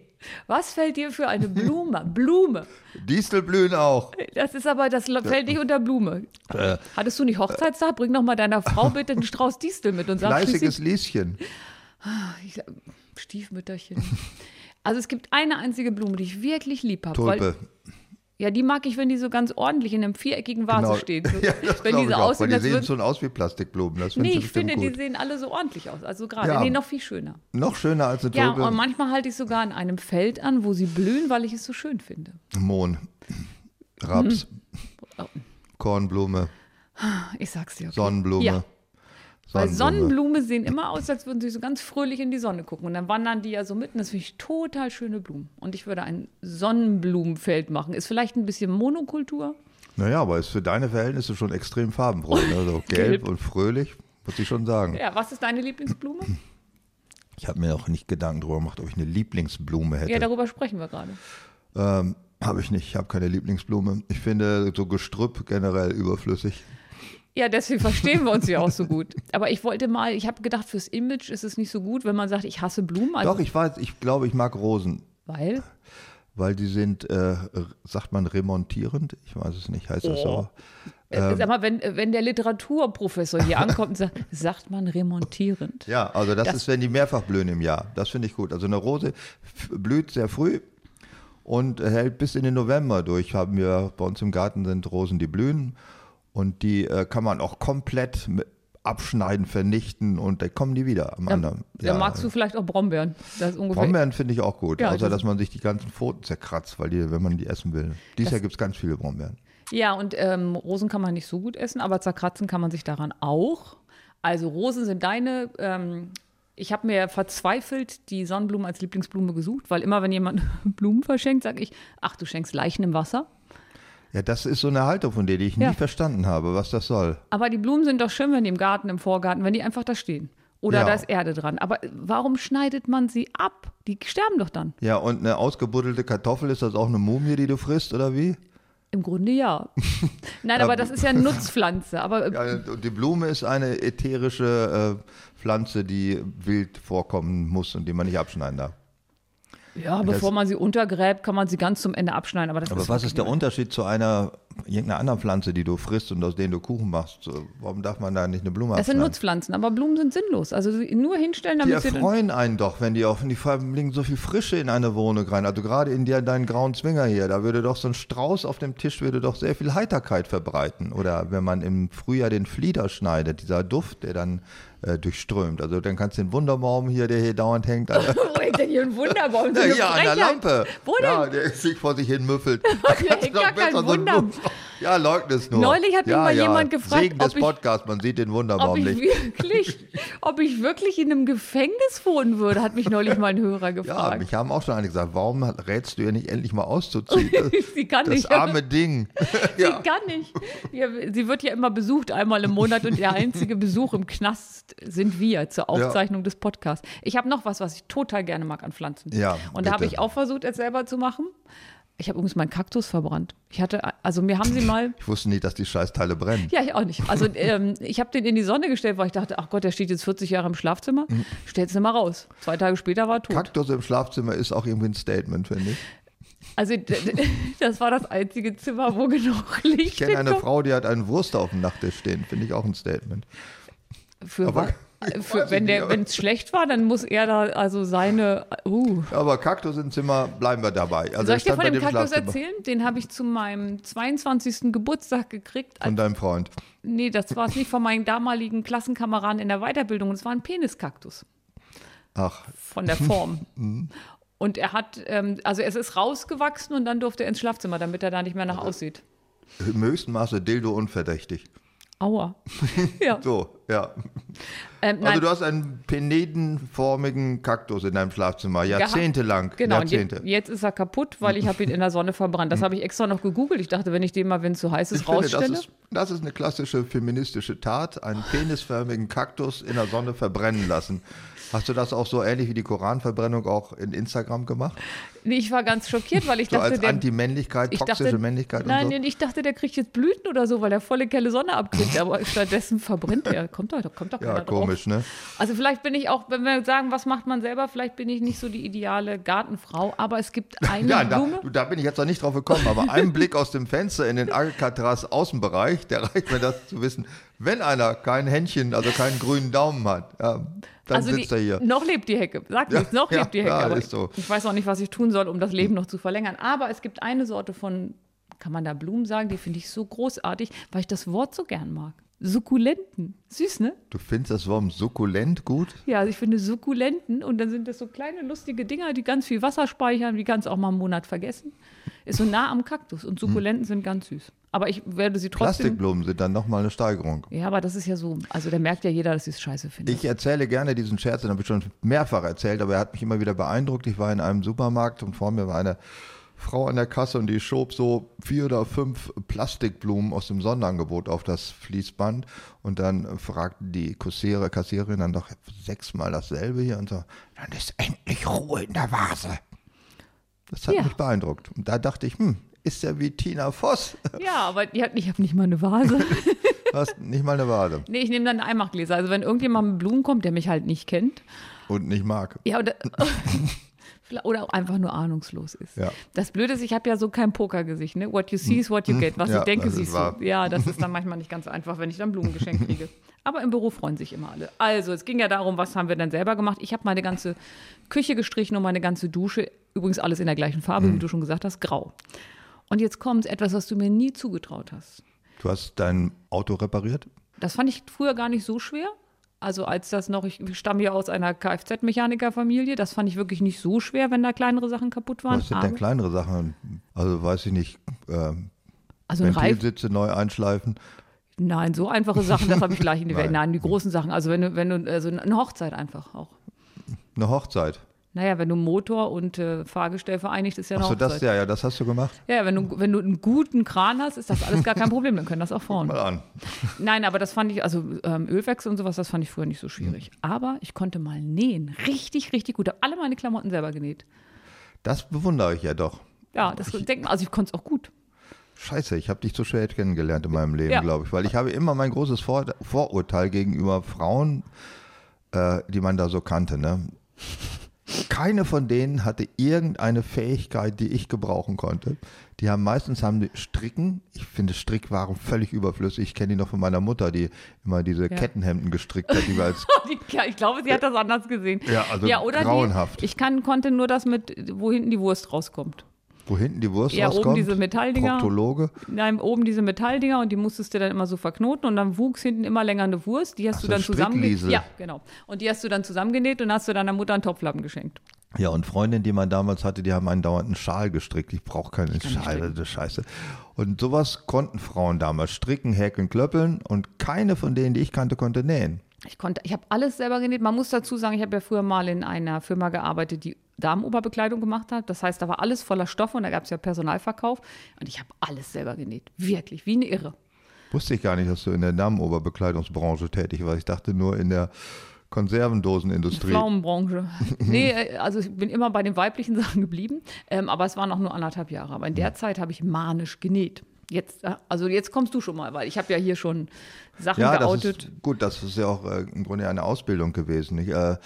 Was fällt dir für eine Blume? Blume.
Distel blühen auch.
Das ist aber, das lo- fällt nicht unter Blume.
Äh,
Hattest du nicht Hochzeitstag? Bring noch mal deiner Frau bitte einen Strauß Distel mit und sag, schließ
Fleißiges Lieschen.
Ich sag, Stiefmütterchen. Also es gibt eine einzige Blume, die ich wirklich lieb habe. weil-
Tulpe.
Ja, die mag ich, wenn die so ganz ordentlich in einem viereckigen Vase stehen. So,
Genau. Ja, das
wenn
glaub
die so
ich auch,
aussehen,
weil
als
die sehen
würden.
schon aus wie Plastikblumen. Das
Nee,
findest du
ich
bestimmt
finde,
gut.
die sehen alle so ordentlich aus. Also gerade.
Ja.
Nee, noch viel schöner.
Noch schöner als eine
Ja,
Tulpe.
und manchmal halte ich sogar an einem Feld an, wo sie blühen, weil ich es so schön finde.
Mohn. Raps.
Oh,
Kornblume.
Ich sag's dir. Okay.
Sonnenblume.
Ja. Weil Sonnenblume sehen immer aus, als würden sie so ganz fröhlich in die Sonne gucken. Und dann wandern die ja so mitten. Das finde ich total schöne Blumen. Und ich würde ein Sonnenblumenfeld machen. Ist vielleicht ein bisschen Monokultur.
Naja, aber ist für deine Verhältnisse schon extrem farbenfroh. Ne? Also gelb,
Gelb.
und fröhlich, muss ich schon sagen.
Ja, was ist deine Lieblingsblume?
Ich habe mir auch nicht Gedanken darüber gemacht, ob ich eine Lieblingsblume hätte.
Ja, darüber sprechen wir gerade.
ähm, habe ich nicht. Ich habe keine Lieblingsblume. Ich finde so Gestrüpp generell überflüssig.
Ja, deswegen verstehen wir uns ja auch so gut. Aber ich wollte mal, ich habe gedacht, fürs Image ist es nicht so gut, wenn man sagt, ich hasse Blumen. Also,
Doch, ich weiß, ich glaube, ich mag Rosen,
Weil?
weil die sind, äh, r- sagt man remontierend? Ich weiß es nicht, heißt das so?
Äh,
Ähm.
sag mal, wenn, wenn der Literaturprofessor hier ankommt und sagt, sagt man remontierend.
Ja, also das, ist, wenn die mehrfach blühen im Jahr. Das finde ich gut. Also eine Rose f- blüht sehr früh und hält bis in den November durch. Haben wir bei uns im Garten sind Rosen, die blühen und die äh, kann man auch komplett mit abschneiden, vernichten und dann kommen die wieder am anderen.
Da magst du vielleicht auch Brombeeren. Das ist ungefähr.
Brombeeren finde ich auch gut,
Ja,
außer
das-
dass man sich die ganzen Pfoten zerkratzt, weil die, wenn man die essen will. Dieses Jahr gibt es ganz viele Brombeeren.
Ja, und ähm, Rosen kann man nicht so gut essen, aber zerkratzen kann man sich daran auch. Also Rosen sind deine. Ähm, ich habe mir verzweifelt die Sonnenblume als Lieblingsblume gesucht, weil immer, wenn jemand Blumen verschenkt, sage ich, ach, du schenkst Leichen im Wasser.
Ja, das ist so eine Haltung von dir, die ich
Ja.
nie verstanden habe, was das soll.
Aber die Blumen sind doch schön, wenn die im Garten, im Vorgarten, wenn die einfach da stehen. Oder
Ja.
da ist Erde dran. Aber warum schneidet man sie ab? Die sterben doch dann.
Ja, und eine ausgebuddelte Kartoffel, ist das auch eine Mumie, die du frisst, oder wie?
Im Grunde ja. Nein, aber das ist ja eine Nutzpflanze. Aber
Ja, und die Blume ist eine ätherische äh, Pflanze, die wild vorkommen muss und die man nicht abschneiden darf.
ja, bevor man sie untergräbt, kann man sie ganz zum Ende abschneiden. Aber, das
Aber
ist
was ist der Unterschied zu einer irgendeiner anderen Pflanze, die du frisst und aus denen du Kuchen machst? So, Warum darf man da nicht eine Blume
Das sind
abschneiden?
Nutzpflanzen, aber Blumen sind sinnlos. Also sie nur hinstellen,
Die
damit sie. dann-
erfreuen einen doch, wenn die auf die bringen so viel Frische in eine Wohnung rein. Also gerade in dir, deinen grauen Zwinger hier, da würde doch so ein Strauß auf dem Tisch würde doch sehr viel Heiterkeit verbreiten. Oder wenn man im Frühjahr den Flieder schneidet, dieser Duft, der dann äh, durchströmt. Also dann kannst du den Wunderbaum hier, der hier dauernd hängt, an,
Wo hängt denn Oh, hier ein Wunderbaum? So
Ja,
eine
hier an der
Frechheit.
Lampe.
Wo
Ja,
denn?
der ist sich vor sich hin müffelt.
Hier hängt gar kein Wunder.
Ja, leugnet es nur.
Neulich hat mich
ja,
mal
ja.
jemand gefragt,
Segen des
ob ich-
Podcasts, man sieht den
Ob
Wunderbaum
ich,
nicht.
wirklich, ob ich wirklich in einem Gefängnis wohnen würde, hat mich neulich mal ein Hörer
Ja,
gefragt.
mich haben auch schon einige gesagt, warum rätst du ihr nicht endlich mal auszuziehen? Das,
sie kann
das
nicht.
arme Ding.
Sie kann nicht. Ja, sie wird ja immer besucht, einmal im Monat und der einzige Besuch im Knast sind wir zur Aufzeichnung des Podcasts. Ich habe noch was, was ich total gerne mag an Pflanzen.
Ja,
und da habe
bitte.
ich auch versucht, es selber zu machen. Ich habe übrigens meinen Kaktus verbrannt. Ich hatte, also mir haben sie mal.
Ich wusste nicht, dass die Scheißteile brennen.
Ja, ich auch nicht. Also ähm, ich habe den in die Sonne gestellt, weil ich dachte, ach Gott, der steht jetzt 40 Jahre im Schlafzimmer.
Mhm.
Stell's ihn mal raus. Zwei Tage später war er tot.
Kaktus im Schlafzimmer ist auch irgendwie ein Statement, finde ich.
Also d- d- das war das einzige Zimmer, wo genug Licht
Ich kenne eine
hinkommt.
Frau, die hat einen Wurst auf dem Nachttisch stehen, finde ich auch ein Statement.
Für,
Aber-
wa-
Ich weiß
für, wenn
nicht, aber-
es schlecht war, dann muss er da also seine. Uh.
Aber Kaktus im Zimmer, bleiben wir dabei. Also
Soll
er
ich dir
stand
von
bei
dem Kaktus
Schlafzimmer
erzählen? Den habe ich zu meinem 22. Geburtstag gekriegt. Als,
Von deinem Freund.
nee, das war es nicht von meinen damaligen Klassenkameraden in der Weiterbildung. Es war ein Peniskaktus
Ach,
von der Form.
Mhm.
und er hat, ähm, also es ist rausgewachsen und dann durfte er ins Schlafzimmer, damit er da nicht mehr nach
Also
aussieht.
im höchsten Maße Dildo unverdächtig.
Aua. ja.
So, ja.
Ähm, nein,
Also du hast einen penedenformigen Kaktus in deinem Schlafzimmer, jahrzehntelang.
Genau, und
Jahrzehnte. Mhm.
jetzt, jetzt ist er kaputt, weil ich habe ihn in der Sonne verbrannt. Das habe ich extra noch gegoogelt. Ich dachte, wenn ich den mal, wenn es zu heiß ist,
Ich finde,
rausstelle.
das ist, das ist eine klassische feministische Tat, einen penisförmigen Kaktus in der Sonne verbrennen lassen. Hast du das auch so ähnlich wie die Koranverbrennung auch in Instagram gemacht?
nee, ich war ganz schockiert, weil ich
So
dachte,
als
der.
Antimännlichkeit,
ich
toxische
dachte,
Männlichkeit
nein,
und so?
nein, ich dachte, der kriegt jetzt Blüten oder so, weil er volle Kelle Sonne abkriegt. Aber stattdessen verbrennt er. Kommt doch, kommt doch keiner
Ja, komisch, ne?
drauf. Also vielleicht bin ich auch, wenn wir sagen, was macht man selber, vielleicht bin ich nicht so die ideale Gartenfrau. Aber es gibt eine
Ja, da,
Blume.
du, da bin ich jetzt noch nicht drauf gekommen, aber ein Blick aus dem Fenster in den Alcatraz Außenbereich, der reicht mir das zu wissen. Wenn einer kein Händchen, also keinen grünen Daumen hat, ja, dann
also
sitzt
die,
er hier.
noch lebt die Hecke. Sag
Ja,
nichts, noch
ja,
lebt die Hecke.
ja,
aber
ist so.
Ich weiß auch nicht, was ich tun soll, um das Leben noch zu verlängern. Aber es gibt eine Sorte von, kann man da Blumen sagen, die finde ich so großartig, weil ich das Wort so gern mag. Sukkulenten. Süß, ne?
Du findest das Wort sukkulent gut?
Ja, also ich finde Sukkulenten und dann sind das so kleine lustige Dinger, die ganz viel Wasser speichern, die kannst auch mal einen Monat vergessen. Ist so nah am Kaktus und Sukkulenten sind ganz süß. Aber ich werde sie trotzdem.
Plastikblumen sind dann nochmal eine Steigerung.
Ja, aber das ist ja so, also da merkt ja jeder, dass sie es scheiße findet.
Ich erzähle gerne diesen Scherz, den habe ich schon mehrfach erzählt, aber er hat mich immer wieder beeindruckt. Ich war in einem Supermarkt und vor mir war eine Frau an der Kasse und die schob so vier oder fünf Plastikblumen aus dem Sonderangebot auf das Fließband und dann fragten die Kassiere, Kassiererin dann doch sechsmal dasselbe hier und so, dann ist endlich Ruhe in der Vase. Das hat
Ja.
mich beeindruckt. Und da dachte ich, hm, ist ja wie Tina Voss.
ja, aber die hat- ich habe nicht mal eine Vase.
Du hast nicht mal eine Vase
Nee, ich nehme dann einen Einmachgläser. Also wenn irgendjemand mit Blumen kommt, der mich halt nicht kennt.
und nicht mag.
Ja, oder, Vielleicht- oder auch einfach nur ahnungslos ist.
Ja.
Das Blöde ist, ich habe ja so kein Pokergesicht. Ne? What you see is what you get. Was
Hm. Ja, also
ich denke,
das ist
siehst
wahr.
du. Ja, das ist dann manchmal nicht ganz einfach, wenn ich dann Blumen geschenkt kriege. Aber im Büro freuen sich immer alle. Also, es ging ja darum, was haben wir denn selber gemacht. Ich habe meine ganze Küche gestrichen und meine ganze Dusche. Übrigens alles in der gleichen
Hm.
Farbe, wie du schon gesagt hast, grau. Und jetzt kommt etwas, was du mir nie zugetraut hast.
Du hast dein Auto repariert?
Das fand ich früher gar nicht so schwer. Also als das noch, ich stamme ja aus einer Kfz-Mechanikerfamilie, das fand ich wirklich nicht so schwer, wenn da kleinere Sachen kaputt waren.
Was sind denn
Aber-
kleinere Sachen? Also weiß ich nicht, ähm,
also ein Reifen,
Ventilsitze neu einschleifen.
Nein, so einfache Sachen, das habe ich gleich in die Welt.
Nein.
Nein, die großen Sachen. Also wenn du, wenn du, also eine Hochzeit einfach auch.
Eine Hochzeit.
Naja, wenn du Motor und äh, Fahrgestell vereinigt, ist ja eine
Achso,
Hochzeit.
das ja, ja, das hast du gemacht.
ja, wenn du, wenn du einen guten Kran hast, ist das alles gar kein Problem. Dann können das auch Frauen.
Mal an.
Nein, aber das fand ich, also ähm, Ölwechsel und sowas, das fand ich früher nicht so
Hm.
schwierig. Aber ich konnte mal nähen. Richtig, richtig gut. Habe alle meine Klamotten selber genäht.
Das bewundere ich ja doch.
Ja, das denkt man, also ich konnte es auch gut.
Scheiße, ich habe dich zu spät kennengelernt in meinem Leben,
Ja.
glaube ich, weil ich habe immer mein großes Vor Vorurteil gegenüber Frauen, äh, die man da so kannte. Ne? Keine von denen hatte irgendeine Fähigkeit, die ich gebrauchen konnte. Die haben meistens haben die Stricken. Ich finde Strickwaren völlig überflüssig. Ich kenne die noch von meiner Mutter, die immer diese Kettenhemden gestrickt hat, die wir als
Die- Ja, ich glaube, sie hat das anders gesehen.
Ja, also grauenhaft.
Die, ich kann, konnte nur das mit, wo hinten die Wurst rauskommt.
wo hinten die Wurst
Ja, oben
rauskommt.
diese Metalldinger.
Proktologe.
Nein, oben diese Metalldinger und die musstest du dann immer so verknoten und dann wuchs hinten immer länger eine Wurst. Die hast
Ach
du
so,
dann zusammengenäht.
Strickliesel.
Ja, genau. Und die hast du dann zusammengenäht und hast du deiner Mutter einen Topflappen geschenkt.
Ja, und Freundinnen, die man damals hatte, die haben einen dauernden Schal gestrickt. Ich brauche keinen Schal, das ist scheiße. Und sowas konnten Frauen damals stricken, häkeln, klöppeln und keine von denen, die ich kannte, konnte nähen.
Ich konnte, ich habe alles selber genäht. Man muss dazu sagen, ich habe ja früher mal in einer Firma gearbeitet, die Damenoberbekleidung gemacht hat. Das heißt, da war alles voller Stoffe und da gab es ja Personalverkauf. Und ich habe alles selber genäht. Wirklich, wie eine Irre.
Wusste ich gar nicht, dass du in der Damenoberbekleidungsbranche tätig warst. Ich dachte nur in der Konservendosenindustrie.
Pflaumenbranche. Nee, äh, also ich bin immer bei den weiblichen Sachen geblieben, ähm, aber es waren auch nur anderthalb Jahre. Aber in der Zeit habe ich manisch genäht. Jetzt, äh, also jetzt kommst du schon mal, weil ich habe ja hier schon Sachen
Ja, das
geoutet.
ist, gut, das ist ja auch äh, im Grunde eine Ausbildung gewesen. Ich, äh,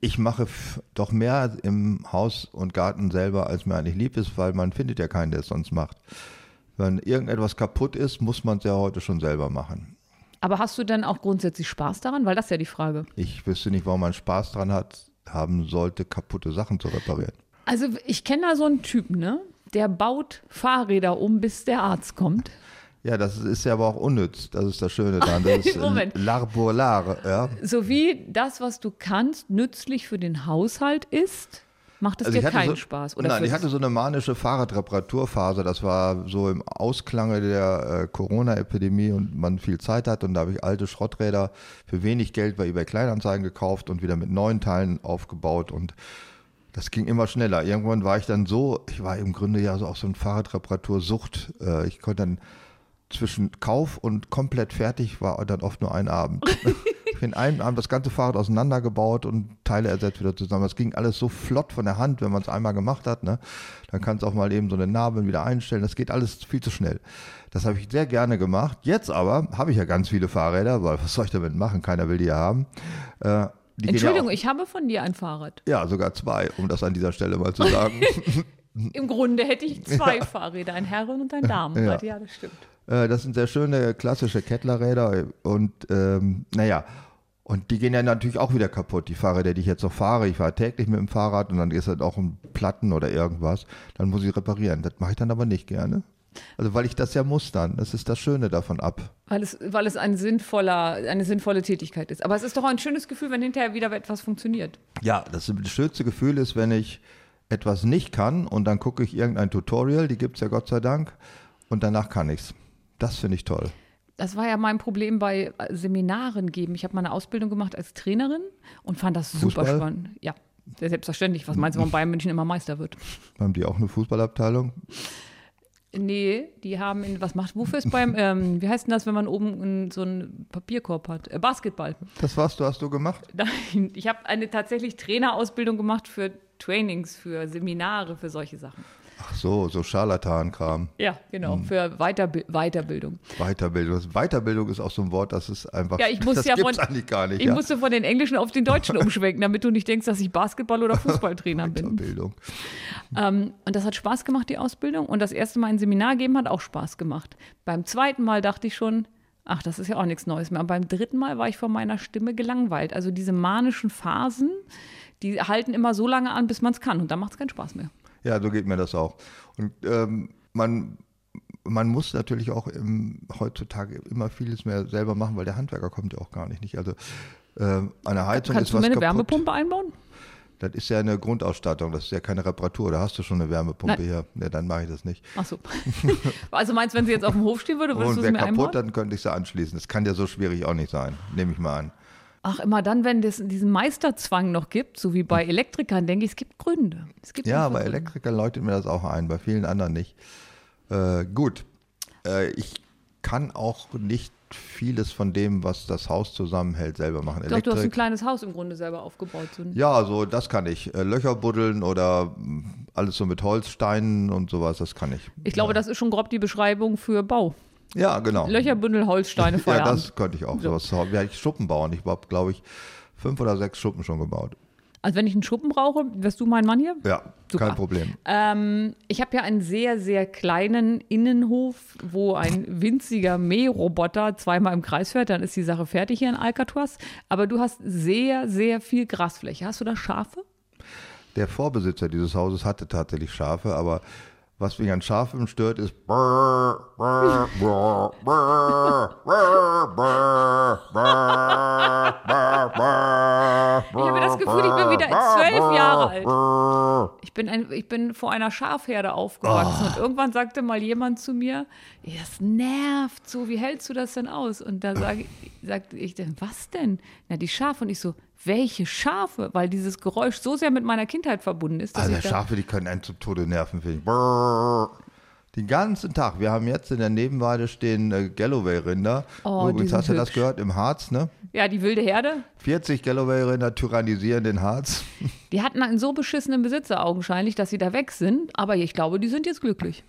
ich mache f- doch mehr im Haus und Garten selber, als mir eigentlich lieb ist, weil man findet ja keinen, der es sonst macht. Wenn irgendetwas kaputt ist, muss man es ja heute schon selber machen.
Aber hast du denn auch grundsätzlich Spaß daran? Weil das ist ja die Frage.
Ich wüsste nicht, warum man Spaß dran hat, haben sollte, kaputte Sachen zu reparieren.
Also ich kenne da so einen Typen, ne? Der baut Fahrräder um, bis der Arzt kommt.
Ja, das ist ja aber auch unnütz. Das ist das Schöne daran. Das ist ein
Moment.
Larbolare, ja.
Sowie das, was du kannst, nützlich für den Haushalt ist, macht es dir
Also ich hatte
keinen
so,
Spaß. Oder
nein,
für
ich hatte so eine manische Fahrradreparaturphase. Das war so im Ausklange der äh, Corona-Epidemie und man viel Zeit hat. Und da habe ich alte Schrotträder für wenig Geld bei eBay Kleinanzeigen gekauft und wieder mit neuen Teilen aufgebaut. Und das ging immer schneller. Irgendwann war ich dann so, ich war im Grunde ja so auch so ein Fahrradreparatursucht. Äh, ich konnte dann zwischen Kauf und komplett fertig war dann oft nur ein Abend. Ich bin einen Abend das ganze Fahrrad auseinandergebaut und Teile ersetzt wieder zusammen. Das ging alles so flott von der Hand, wenn man es einmal gemacht hat. Ne? Dann kannst du auch mal eben so eine Narbe wieder einstellen. Das geht alles viel zu schnell. Das habe ich sehr gerne gemacht. Jetzt aber habe ich ja ganz viele Fahrräder, weil was soll ich damit machen? Keiner will die ja haben. Äh, die gehen
Entschuldigung,
ja,
ich habe von dir ein Fahrrad.
auch, ja, sogar zwei, um das an dieser Stelle mal zu sagen.
Im Grunde hätte ich zwei Fahrräder, ein Herren- und ein Damenrad. Ja. das stimmt.
Äh, das sind sehr schöne klassische Kettlerräder und ähm, naja. Und die gehen ja natürlich auch wieder kaputt, die Fahrräder, die ich jetzt noch fahre. Ich fahre täglich mit dem Fahrrad und dann ist halt auch ein Platten oder irgendwas. Dann muss ich reparieren. Das mache ich dann aber nicht gerne. Also weil ich das ja muss dann. Das ist das Schöne davon ab.
Weil es, weil es ein sinnvoller, eine sinnvolle Tätigkeit ist. Aber es ist doch auch ein schönes Gefühl, wenn hinterher wieder etwas funktioniert.
Ja, das schönste Gefühl ist, wenn ich etwas nicht kann und dann gucke ich irgendein Tutorial, die gibt es ja Gott sei Dank, und danach kann ich's. Das finde ich toll.
Das war ja mein Problem bei äh, Seminaren geben. Ich habe meine Ausbildung gemacht als Trainerin und fand das super
Fußball?
spannend. Ja, sehr selbstverständlich. Was meinst du, warum Bayern München immer Meister wird?
Haben die auch eine Fußballabteilung?
Nee, die haben in, was macht, wofür ist beim, ähm, wie heißt denn das, wenn man oben in, so einen Papierkorb hat? Äh, Basketball.
Das warst du, hast du gemacht?
Nein, ich habe eine tatsächlich Trainerausbildung gemacht für Trainings, für Seminare, für solche Sachen.
Ach so, so Scharlatankram.
Ja, genau,
Hm.
für Weiterbi Weiterbildung.
Weiterbildung. Weiterbildung ist auch so ein Wort, das ist einfach.
Ja, ich muss
das
ja
gibt's
von-
eigentlich gar nicht.
Ich
ja.
musste von den Englischen auf den Deutschen umschwenken, damit du nicht denkst, dass ich Basketball- oder Fußballtrainer bin.
Weiterbildung.
Ähm, und das hat Spaß gemacht, die Ausbildung. Und das erste Mal ein Seminar geben hat auch Spaß gemacht. Beim zweiten Mal dachte ich schon, ach, das ist ja auch nichts Neues mehr. Und beim dritten Mal war ich von meiner Stimme gelangweilt. Also diese manischen Phasen, die halten immer so lange an, bis man es kann. Und dann macht es keinen Spaß mehr.
Ja, so geht mir das auch. Und ähm, man man muss natürlich auch im, heutzutage immer vieles mehr selber machen, weil der Handwerker kommt ja auch gar nicht. nicht? Also äh, eine Heizung
Kannst
ist
du
was
mir eine
kaputt.
Wärmepumpe einbauen?
Das ist ja eine Grundausstattung, das ist ja keine Reparatur. Da hast du schon eine Wärmepumpe
Nein.
hier. Ja, dann mache ich das nicht.
Ach so. also meinst du, wenn sie jetzt auf dem Hof stehen würde, würdest
Und
du sie
wäre
mir einbauen?
Oh, kaputt, dann könnte ich sie anschließen. Das kann ja so schwierig auch nicht sein, nehme ich mal an.
Ach, immer dann, wenn es diesen Meisterzwang noch gibt, so wie bei Elektrikern, denke ich, es gibt Gründe. Es gibt
Ja,
einfach
bei
Gründe.
Elektriker läutet mir das auch ein, bei vielen anderen nicht. Äh, gut, äh, ich kann auch nicht vieles von dem, was das Haus zusammenhält, selber machen.
Ich glaube, du hast ein kleines Haus im Grunde selber aufgebaut. So ein
ja, so das kann ich. Äh, Löcher buddeln oder mh, alles so mit Holzsteinen und sowas, das kann ich.
ich glaube, das ist schon grob die Beschreibung für Bau.
Ja, genau.
Löcherbündel, Holzsteine,
ja,
Feierabend.
das könnte ich auch. Sowas zu Hause. Ja, ich Schuppen bauen. Ich habe, glaube ich, fünf oder sechs Schuppen schon gebaut.
also wenn ich einen Schuppen brauche, wärst du mein Mann hier?
Ja,
Super.
kein Problem.
Ähm, ich habe ja einen sehr, sehr kleinen Innenhof, wo ein winziger Mähroboter zweimal im Kreis fährt, dann ist die Sache fertig hier in Alcatraz. Aber du hast sehr, sehr viel Grasfläche. Hast du da Schafe?
Der Vorbesitzer dieses Hauses hatte tatsächlich Schafe, aber was mich an Schafen stört, ist. brrr, brrr, brrr,
Also
brrr, brrr, brrr, brrr, brrr, brrr,
Ich habe das Gefühl, ich bin wieder zwölf Jahre alt.
brrr.
Ich bin, ein, ich bin vor einer Schafherde
Oh.
aufgewachsen und irgendwann sagte mal jemand zu mir, "Ey, das nervt so, wie hältst du das denn aus? Und da sage, sagte ich, dann, was denn? Na, die Schafe. Und ich so, welche Schafe? Weil dieses Geräusch so sehr mit meiner Kindheit verbunden ist. Dass
Also
ich da,
Schafe, die können einen zum Tode nerven, finde ich. Brrr. Den ganzen Tag. Wir haben jetzt in der Nebenweide stehen äh, Galloway-Rinder.
Oh, die
Übrigens,
sind
hast du das
hübsch.
gehört? Im Harz, ne?
ja, die wilde Herde,
40 Galloway-Rinder tyrannisieren den Harz.
die hatten einen so beschissenen Besitzer augenscheinlich, dass sie da weg sind. Aber ich glaube, die sind jetzt glücklich.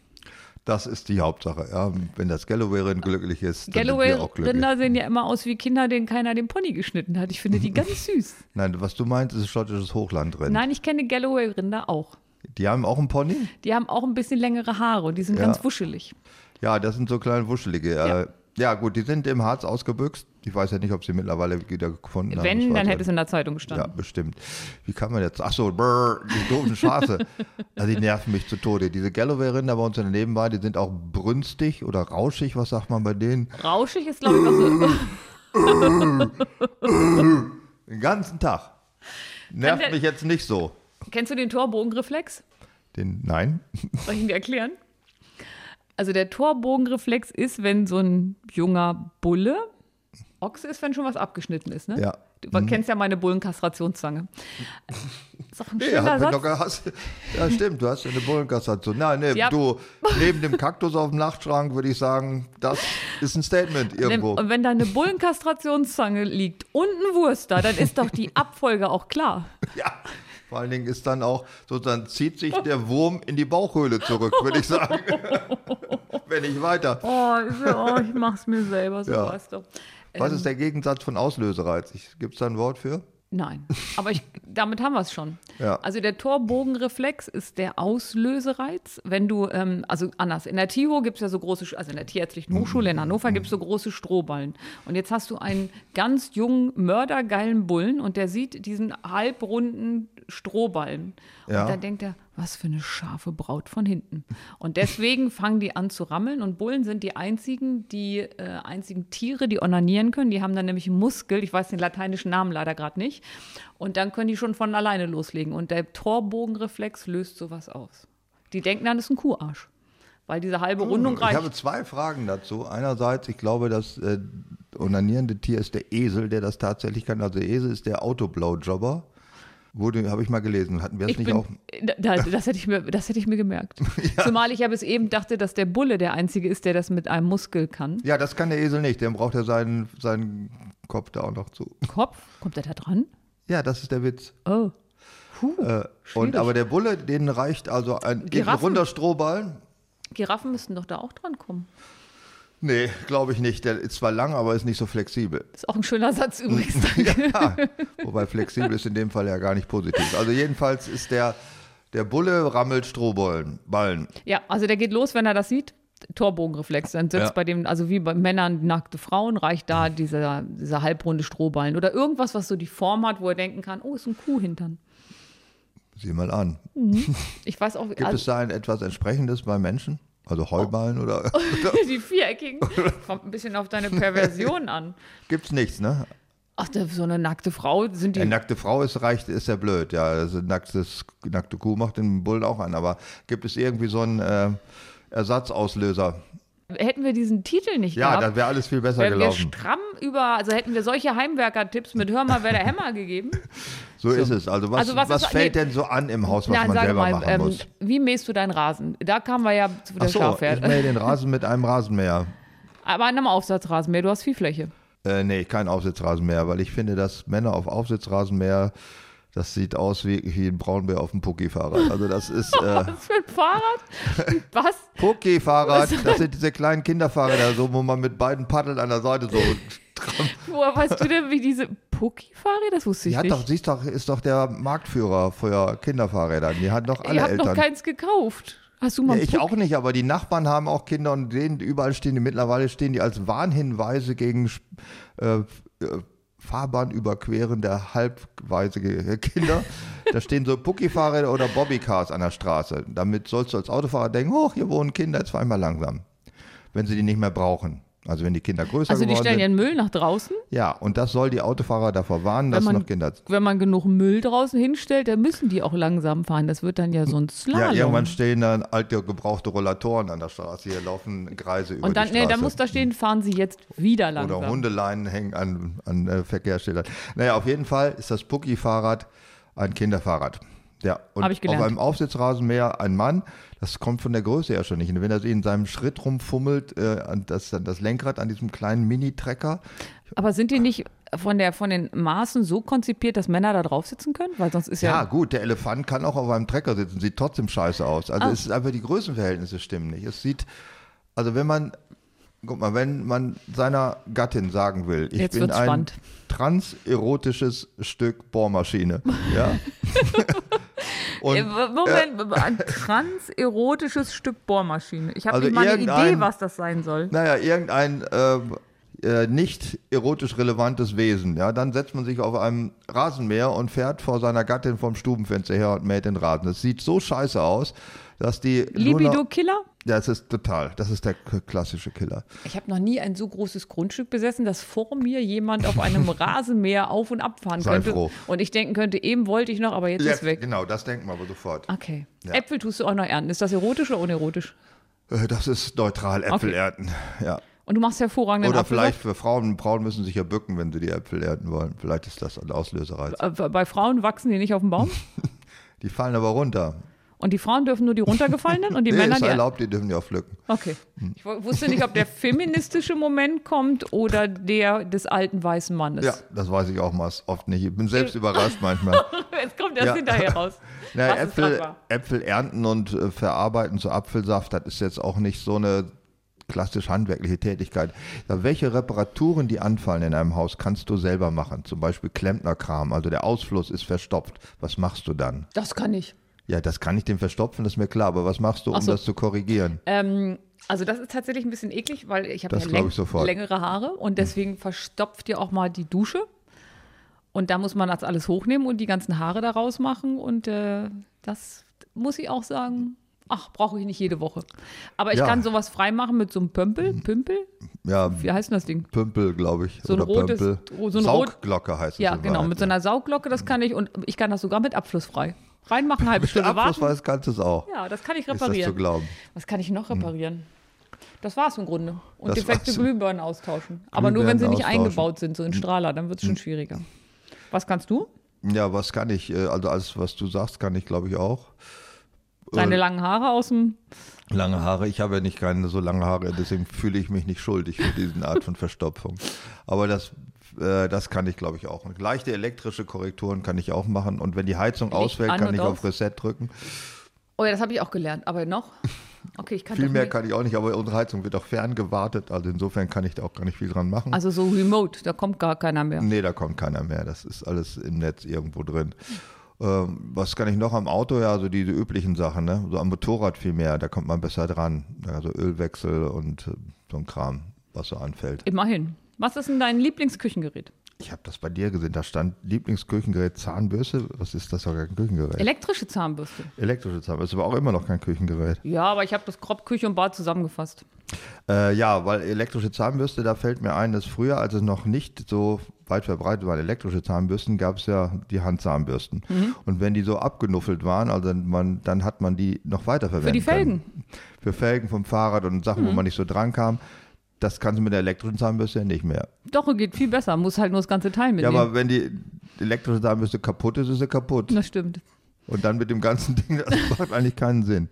Das ist die Hauptsache. Ja, wenn das Galloway-Rind glücklich ist, dann sind wir auch glücklich.
Galloway-Rinder sehen ja immer aus wie Kinder, denen keiner den Pony geschnitten hat. Ich finde die ganz süß.
Nein, was du meinst, ist schottisches Hochlandrind.
Nein, ich kenne Galloway-Rinder auch.
Die haben auch einen Pony?
Die haben auch ein bisschen längere Haare und die sind
Ja.
ganz wuschelig.
Ja, das sind so kleine Wuschelige. Ja.
Ja.
Äh, ja, gut, die sind im Harz ausgebüxt. Ich weiß ja nicht, ob sie mittlerweile wieder gefunden haben. Ich
Wenn,
weiß
dann
ja
hätte es in der Zeitung
Ja,
gestanden.
bestimmt. Wie kann man jetzt? Ach so, brr, die doofen Schafe. also die nerven mich zu Tode. Diese Galloway-Rinder bei uns in der Nebenweide, die sind auch brünstig oder rauschig, was sagt man bei denen?
Rauschig ist, glaube ich, also, noch so.
Den ganzen Tag. Nervt
Dann-
mich jetzt nicht so.
Kennst du den Torbogenreflex?
Den, nein?
Soll ich ihn dir erklären? Also der Torbogenreflex ist, wenn so ein junger Bulle, Ochse ist, wenn schon was abgeschnitten ist, ne?
Ja. Mhm.
Du kennst ja meine Bullenkastrationszange. Ist doch ein
Nee, hat
schöner
mir
Satz.
doch hast, ja, stimmt, du hast eine Bullenkastration. Nein, nee,
Ja.
du, neben dem Kaktus auf dem Nachtschrank würde ich sagen, das ist ein Statement
Wenn-
irgendwo.
Und wenn da eine Bullenkastrationszange liegt und ein Wurster, dann ist doch die Abfolge auch klar.
Ja. Vor allen Dingen ist dann auch, sozusagen zieht sich der Wurm in die Bauchhöhle zurück, würde ich sagen. wenn ich weiter.
Oh, ich, oh, ich mach's mir selber, so
Ja.
weißt du. Äh,
Was ist der Gegensatz von Auslösereiz? Gibt es da ein Wort für?
Nein, aber ich, damit haben wir es schon.
Ja.
Also der Torbogenreflex ist der Auslösereiz. Wenn du, ähm, also anders, in der TIHO gibt es ja so große, Sch- also in der Tierärztlichen Hochschule in Hannover gibt es so große Strohballen. Und jetzt hast du einen ganz jungen, mördergeilen Bullen und der sieht diesen halbrunden Strohballen.
Ja.
Und dann denkt er, was für eine scharfe Braut von hinten. Und deswegen fangen die an zu rammeln und Bullen sind die einzigen, die äh, einzigen Tiere, die onanieren können. Die haben dann nämlich einen Muskel, ich weiß den lateinischen Namen leider gerade nicht. Und dann können die schon von alleine loslegen. Und der Torbogenreflex löst sowas aus. Die denken dann, das ist ein Kuharsch. Weil diese halbe Rundung
Hm, Ich
reicht.
habe zwei Fragen dazu. Einerseits, ich glaube, das äh, onanierende Tier ist der Esel, der das tatsächlich kann. Also der Esel ist der Autoblowjobber. Wurde, habe ich mal gelesen. Hatten wir es
Ich
nicht
bin,
auch?
da, das, hätte ich mir, das hätte ich mir gemerkt. Zumal ich ja bis eben dachte, dass der Bulle der Einzige ist, der das mit einem Muskel kann.
Ja, das kann der Esel nicht. Dem braucht er seinen, seinen Kopf da auch noch zu.
Kopf, kommt er da dran?
Ja, das ist der Witz.
Oh.
Äh,
Huh.
und
Schwierig.
aber der Bulle, denen reicht also ein, geht ein
Giraffen.
runder Strohballen.
Giraffen müssten doch da auch dran kommen.
Nee, glaube ich nicht. Der ist zwar lang, aber ist nicht so flexibel.
Ist auch ein schöner Satz übrigens.
Ja, wobei flexibel ist in dem Fall ja gar nicht positiv. Also jedenfalls ist der, der Bulle rammelt Strohballen. Ballen.
ja, also der geht los, wenn er das sieht. Torbogenreflex, dann sitzt
Ja.
bei dem, also wie bei Männern nackte Frauen, reicht da dieser, dieser halbrunde Strohballen oder irgendwas, was so die Form hat, wo er denken kann, oh, ist ein Kuhhintern.
Sieh mal an.
Ich weiß auch,
Gibt es
also,
da ein etwas Entsprechendes bei Menschen? Also Heuballen oder
Oh. Die viereckigen. Kommt ein bisschen auf deine Perversion an.
gibt's nichts, ne?
Ach, da- so eine nackte Frau sind die.
Ja, nackte Frau ist reicht, ist ja blöd, ja. Also nacktes, nackte Kuh macht den Bullen auch an, aber gibt es irgendwie so einen äh, Ersatzauslöser?
hätten wir diesen Titel nicht
Ja,
gehabt,
dann wäre alles viel besser
wären Äh, wir
gelaufen.
stramm über, also hätten wir solche Heimwerker-Tipps mit Hör mal, wer der Hämmer gegeben.
So, ist es. Also was,
Also was
was,
ist-
fällt
nee.
denn so an im Haus, was
Nein,
man
sag
selber
mal,
machen
ähm,
muss?
wie mähst du deinen Rasen? Da kamen wir ja zu der
Ach so, ich
Schafherde.
mähe den Rasen mit einem Rasenmäher.
Aber an einem Aufsatzrasenmäher, du hast viel Fläche.
Äh, nee, kein Aufsitzrasenmäher, weil ich finde, dass Männer auf Aufsitzrasenmäher, das sieht aus wie, wie ein Braunbär auf dem Pucki-Fahrrad. Also das ist äh,
Was für ein Fahrrad? Was?
Pucki-Fahrrad, das sind diese kleinen Kinderfahrräder, so, wo man mit beiden Paddeln an der Seite so.
Woher weißt du denn, wie diese Pucki-Fahrräder? Das wusste ich
Die hat
nicht.
doch, siehst doch, ist doch der Marktführer für Kinderfahrräder. Die hat doch alle
Ihr habt
Eltern.
noch keins gekauft. Hast du
Ja,
mal einen
ich
Puck-
auch nicht, aber die Nachbarn haben auch Kinder und denen überall stehen die mittlerweile stehen die als Warnhinweise gegen Sch- äh, äh, Fahrbahn überqueren der halbweise Ge- äh, Kinder. Da stehen so Pucki-Fahrräder oder Bobbycars an der Straße. Damit sollst du als Autofahrer denken, oh, hier wohnen Kinder, jetzt fahr einmal langsam. Wenn sie die nicht mehr brauchen. Also wenn die Kinder größer
Also die
geworden sind.
stellen ihren Müll nach draußen.
Ja, und das soll die Autofahrer davor warnen, dass
Wenn man,
noch Kinder
wenn man genug Müll draußen hinstellt, dann müssen die auch langsam fahren. Das wird dann ja so ein
Ja,
Slalom.
irgendwann stehen dann alte gebrauchte Rollatoren an der Straße. Hier laufen Kreise über
und dann,
die
nee,
Straße.
dann muss da stehen, fahren sie jetzt wieder langsam.
Oder Hundeleinen hängen an, an äh, Verkehrsschildern. Naja, auf jeden Fall ist das Pucki-Fahrrad ein Kinderfahrrad. Ja, und
Hab ich
auf
gelernt.
einem Aufsitzrasenmäher ein Mann, das kommt von der Größe her schon nicht. hin. wenn er in seinem Schritt rumfummelt, äh, an das, an das Lenkrad an diesem kleinen Mini-Trecker,
Aber sind die nicht von, der, von den Maßen so konzipiert, dass Männer da drauf sitzen können? Weil sonst ist
Ja,
ja.
gut, der Elefant kann auch auf einem Trecker sitzen, sieht trotzdem scheiße aus.
Ah.
Also es ist einfach die Größenverhältnisse stimmen nicht. Es sieht, also wenn man, guck mal, wenn man seiner Gattin sagen will, ich
Jetzt
bin
wird's
ein
spannend.
transerotisches Stück Bohrmaschine, ja.
Äh,
Und
Moment, ein transerotisches Stück Bohrmaschine. Ich habe
Also
nicht mal eine
irgendein-
Idee, was das sein soll.
naja, irgendein äh, äh, nicht erotisch relevantes Wesen, ja, dann setzt man sich auf einem Rasenmäher und fährt vor seiner Gattin vom Stubenfenster her und mäht den Rasen. Das sieht so scheiße aus, dass die nur noch-
Libido-Killer?
Ja, es ist total. Das ist der k- klassische Killer.
Ich habe noch nie ein so großes Grundstück besessen, dass vor mir jemand auf einem Rasenmäher auf und ab fahren
Sei
könnte.
froh.
Und ich denken könnte, eben wollte ich noch, aber jetzt ist weg.
Genau, das denken wir aber sofort.
Okay.
Ja.
Äpfel tust du auch noch ernten. Ist das erotisch oder unerotisch?
Äh, Das ist neutral, Äpfel ernten. Ja.
Und du machst hervorragenden
Oder
Apfelsaft.
vielleicht für Frauen, Frauen müssen sich ja bücken, wenn sie die Äpfel ernten wollen. Vielleicht ist das ein Auslösereiz.
Äh, Bei Frauen wachsen die nicht auf dem Baum.
Die fallen aber runter.
Und die Frauen dürfen nur die runtergepfallenen und die
nee,
Männer
ist halt
die.
erlaubt, die dürfen die auch pflücken.
Okay.
Hm.
Ich w- wusste nicht, ob der feministische Moment kommt oder der des alten weißen Mannes.
Ja, das weiß ich auch mal oft nicht. Ich bin selbst überrascht manchmal.
Jetzt kommt das
Ja.
hinterher raus.
Naja,
Was ist
Äpfel,
fassbar?
Äpfel ernten und äh, verarbeiten zu Apfelsaft, das ist jetzt auch nicht so eine klassisch handwerkliche Tätigkeit. Da welche Reparaturen, die anfallen in einem Haus, kannst du selber machen. Zum Beispiel Klempnerkram, also der Ausfluss ist verstopft. Was machst du dann?
Das kann ich.
Ja, das kann ich dem verstopfen, das ist mir klar, aber was machst du, um
Ach so.
das zu korrigieren?
Ähm, also das ist tatsächlich ein bisschen eklig, weil ich habe
Das
ja
glaub
läng
ich sofort. Hm.
längere Haare und deswegen verstopft ihr auch mal die Dusche. Und da muss man das alles hochnehmen und die ganzen Haare daraus machen. Und äh, das muss ich auch sagen, ach, brauche ich nicht jede Woche. Aber ich
Ja. Mhm.
kann sowas freimachen mit so einem Pömpel. Pümpel?
Ja,
Wie heißt denn das Ding?
Pümpel, glaube ich.
So ein
oder
rotes-
Pömpel.
so ein rot-
Saugglocke heißt es.
Ja,
in
genau,
Wahrheit,
mit so einer Sauglocke,
Mhm.
das kann ich. Und ich kann das sogar mit Abfluss frei. Reinmachen, halbe
ja.
Stunde
Abfluss
warten.
weiß, kannst du es auch.
Ja, das kann ich
ist das zu
reparieren.
glauben.
Was kann ich noch reparieren? Das war's im Grunde. Und
Das
defekte
war's.
Glühbirnen austauschen. Aber nur, wenn
Glühbirnen
sie nicht
austauschen. Mhm.
eingebaut sind, so in Strahler, dann wird's schon schwieriger. Was kannst du?
Ja, was kann ich? äh, Also alles, was du sagst, kann ich, glaube ich, auch. Äh.
Deine langen Haare aus dem.
Lange Haare, ich habe ja nicht keine so lange Haare, deswegen fühle ich mich nicht schuldig für diesen Art von Verstopfung. Aber das, äh, das kann ich, glaube ich, auch. Und leichte elektrische Korrekturen kann ich auch machen. Und wenn die Heizung ausfällt,
an
kann
und
ich
aus?
auf Reset drücken.
Oh ja, das habe ich auch gelernt. Aber noch? Okay, ich kann
Viel
doch
mehr
nicht-
kann ich auch nicht, aber unsere Heizung wird auch ferngewartet. Also insofern kann ich da auch gar nicht Mhm. viel dran machen.
Also so remote, da kommt gar keiner mehr.
Nee, da kommt keiner mehr. Das ist alles im Netz irgendwo drin. Ähm, was kann ich noch am Auto? Ja, so diese üblichen Sachen, ne? So am Motorrad viel mehr, da kommt man besser dran. Also Ölwechsel und äh, so ein Kram, was so anfällt.
Immerhin. Was ist denn dein Lieblingsküchengerät?
Ich habe das bei dir gesehen. Da stand Lieblingsküchengerät Zahnbürste. Was ist das? Doch kein Küchengerät.
Elektrische Zahnbürste.
Elektrische Zahnbürste war auch immer noch kein Küchengerät.
Ja, aber ich habe das grob Küche und Bad zusammengefasst.
Äh, ja, weil elektrische Zahnbürste, da fällt mir ein, dass früher, als es noch nicht so weit verbreitet waren, elektrische Zahnbürsten, gab es ja die Handzahnbürsten.
Mhm.
Und wenn die so abgenuffelt waren, also man, dann hat man die noch weiter verwendet.
Für die Felgen. Mhm.
Für Felgen vom Fahrrad und Sachen, wo man nicht so dran kam. Das kannst du mit der elektrischen Zahnbürste ja nicht mehr.
Doch, geht viel besser. Muss halt nur das ganze Teil
Ja,
mitnehmen.
aber wenn die elektrische Zahnbürste kaputt ist, ist sie kaputt.
das stimmt.
Und dann mit dem ganzen Ding, das macht eigentlich keinen Sinn.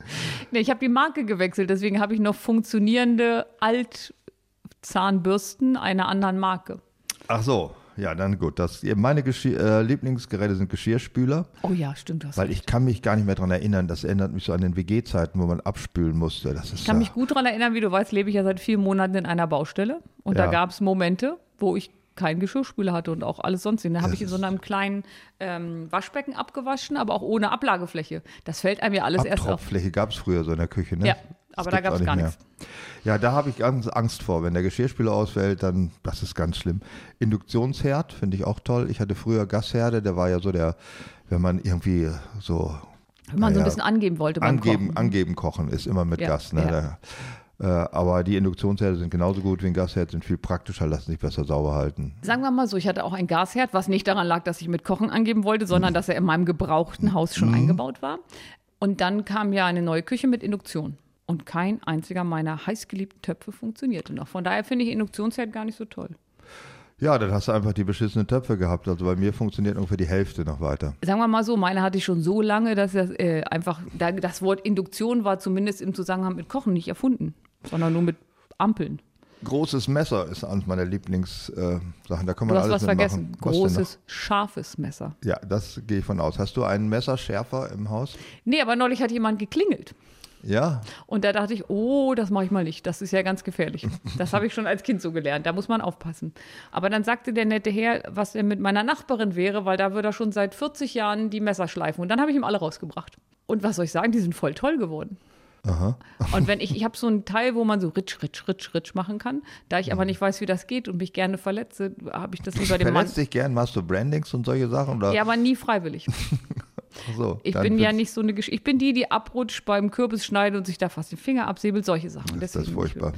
Nee, ich habe die Marke gewechselt, deswegen habe ich noch funktionierende Altzahnbürsten einer anderen Marke.
Ach so, ja, dann gut. Das, meine Geschirr, äh, Lieblingsgeräte sind Geschirrspüler,
Oh ja, stimmt das.
weil ich kann mich gar nicht mehr dran erinnern. Das erinnert mich so an den WG-Zeiten, wo man abspülen musste. Das ist
Ich kann
ja,
mich gut daran erinnern, wie du weißt, lebe ich ja seit vier Monaten in einer Baustelle. Und
Ja.
da gab es Momente, wo ich keinen Geschirrspüler hatte und auch alles sonst. Da habe ich in so einem kleinen ähm, Waschbecken abgewaschen, aber auch ohne Ablagefläche. Das fällt einem ja alles erst auf.
Abtropffläche gab es früher so in der Küche, ne?
Ja,
Das
aber da
gibt's
gab's
auch
gar
mehr. Ja, da habe ich ganz Angst vor. Wenn der Geschirrspüler ausfällt, dann, das ist ganz schlimm. Induktionsherd finde ich auch toll. Ich hatte früher Gasherde, der war ja so der, wenn man irgendwie so
Wenn man so
Ja.
ein bisschen angeben wollte beim
angeben,
Kochen.
angeben kochen ist immer mit
Ja,
Gas. Ne?
ja.
Da, äh, aber die Induktionsherde sind genauso gut wie ein Gasherd, sind viel praktischer, lassen sich besser sauber halten.
Sagen wir mal so, ich hatte auch einen Gasherd, was nicht daran lag, dass ich mit Kochen angeben wollte, sondern dass er in meinem gebrauchten Haus schon eingebaut war. Und dann kam ja eine neue Küche mit Induktion. Und kein einziger meiner heißgeliebten Töpfe funktionierte noch. Von daher finde ich Induktionsherd gar nicht so toll.
Ja, dann hast du einfach die beschissenen Töpfe gehabt. Also bei mir funktioniert ungefähr die Hälfte noch weiter.
sagen wir mal so, meine hatte ich schon so lange, dass das äh, einfach, da, das Wort Induktion war zumindest im Zusammenhang mit Kochen nicht erfunden, sondern nur mit Ampeln.
Großes Messer ist eines meiner Lieblingssachen. da kann
Du
man
hast
alles
was
mitmachen.
vergessen.
Was denn noch?
Großes, scharfes Messer.
Ja, das gehe ich von aus. Hast du einen Messerschärfer im Haus?
Nee, aber neulich hat jemand geklingelt.
Ja.
Und da dachte ich, oh, das mache ich mal nicht. Das ist ja ganz gefährlich. Das habe ich schon als Kind so gelernt. Da muss man aufpassen. Aber dann sagte der nette Herr, was er mit meiner Nachbarin wäre, weil da würde er schon seit 40 Jahren die Messer schleifen. Und dann habe ich ihm alle rausgebracht. Und was soll ich sagen? Die sind voll toll geworden. Und wenn ich, ich habe so einen Teil, wo man so ritsch, ritsch, ritsch, ritsch machen kann. Da ich
Mhm.
aber nicht weiß, wie das geht und mich gerne verletze, habe ich das lieber dem Mann.
Verletzt dich gern? Machst du Brandings und solche Sachen? Oder?
Ja, aber nie freiwillig.
so,
Ich
dann
bin ja
wird's-
nicht so eine Gesch Ich bin die, die abrutscht beim Kürbis schneidet und sich da fast den Finger absäbelt, solche Sachen.
Das ist
Deswegen nicht
furchtbar.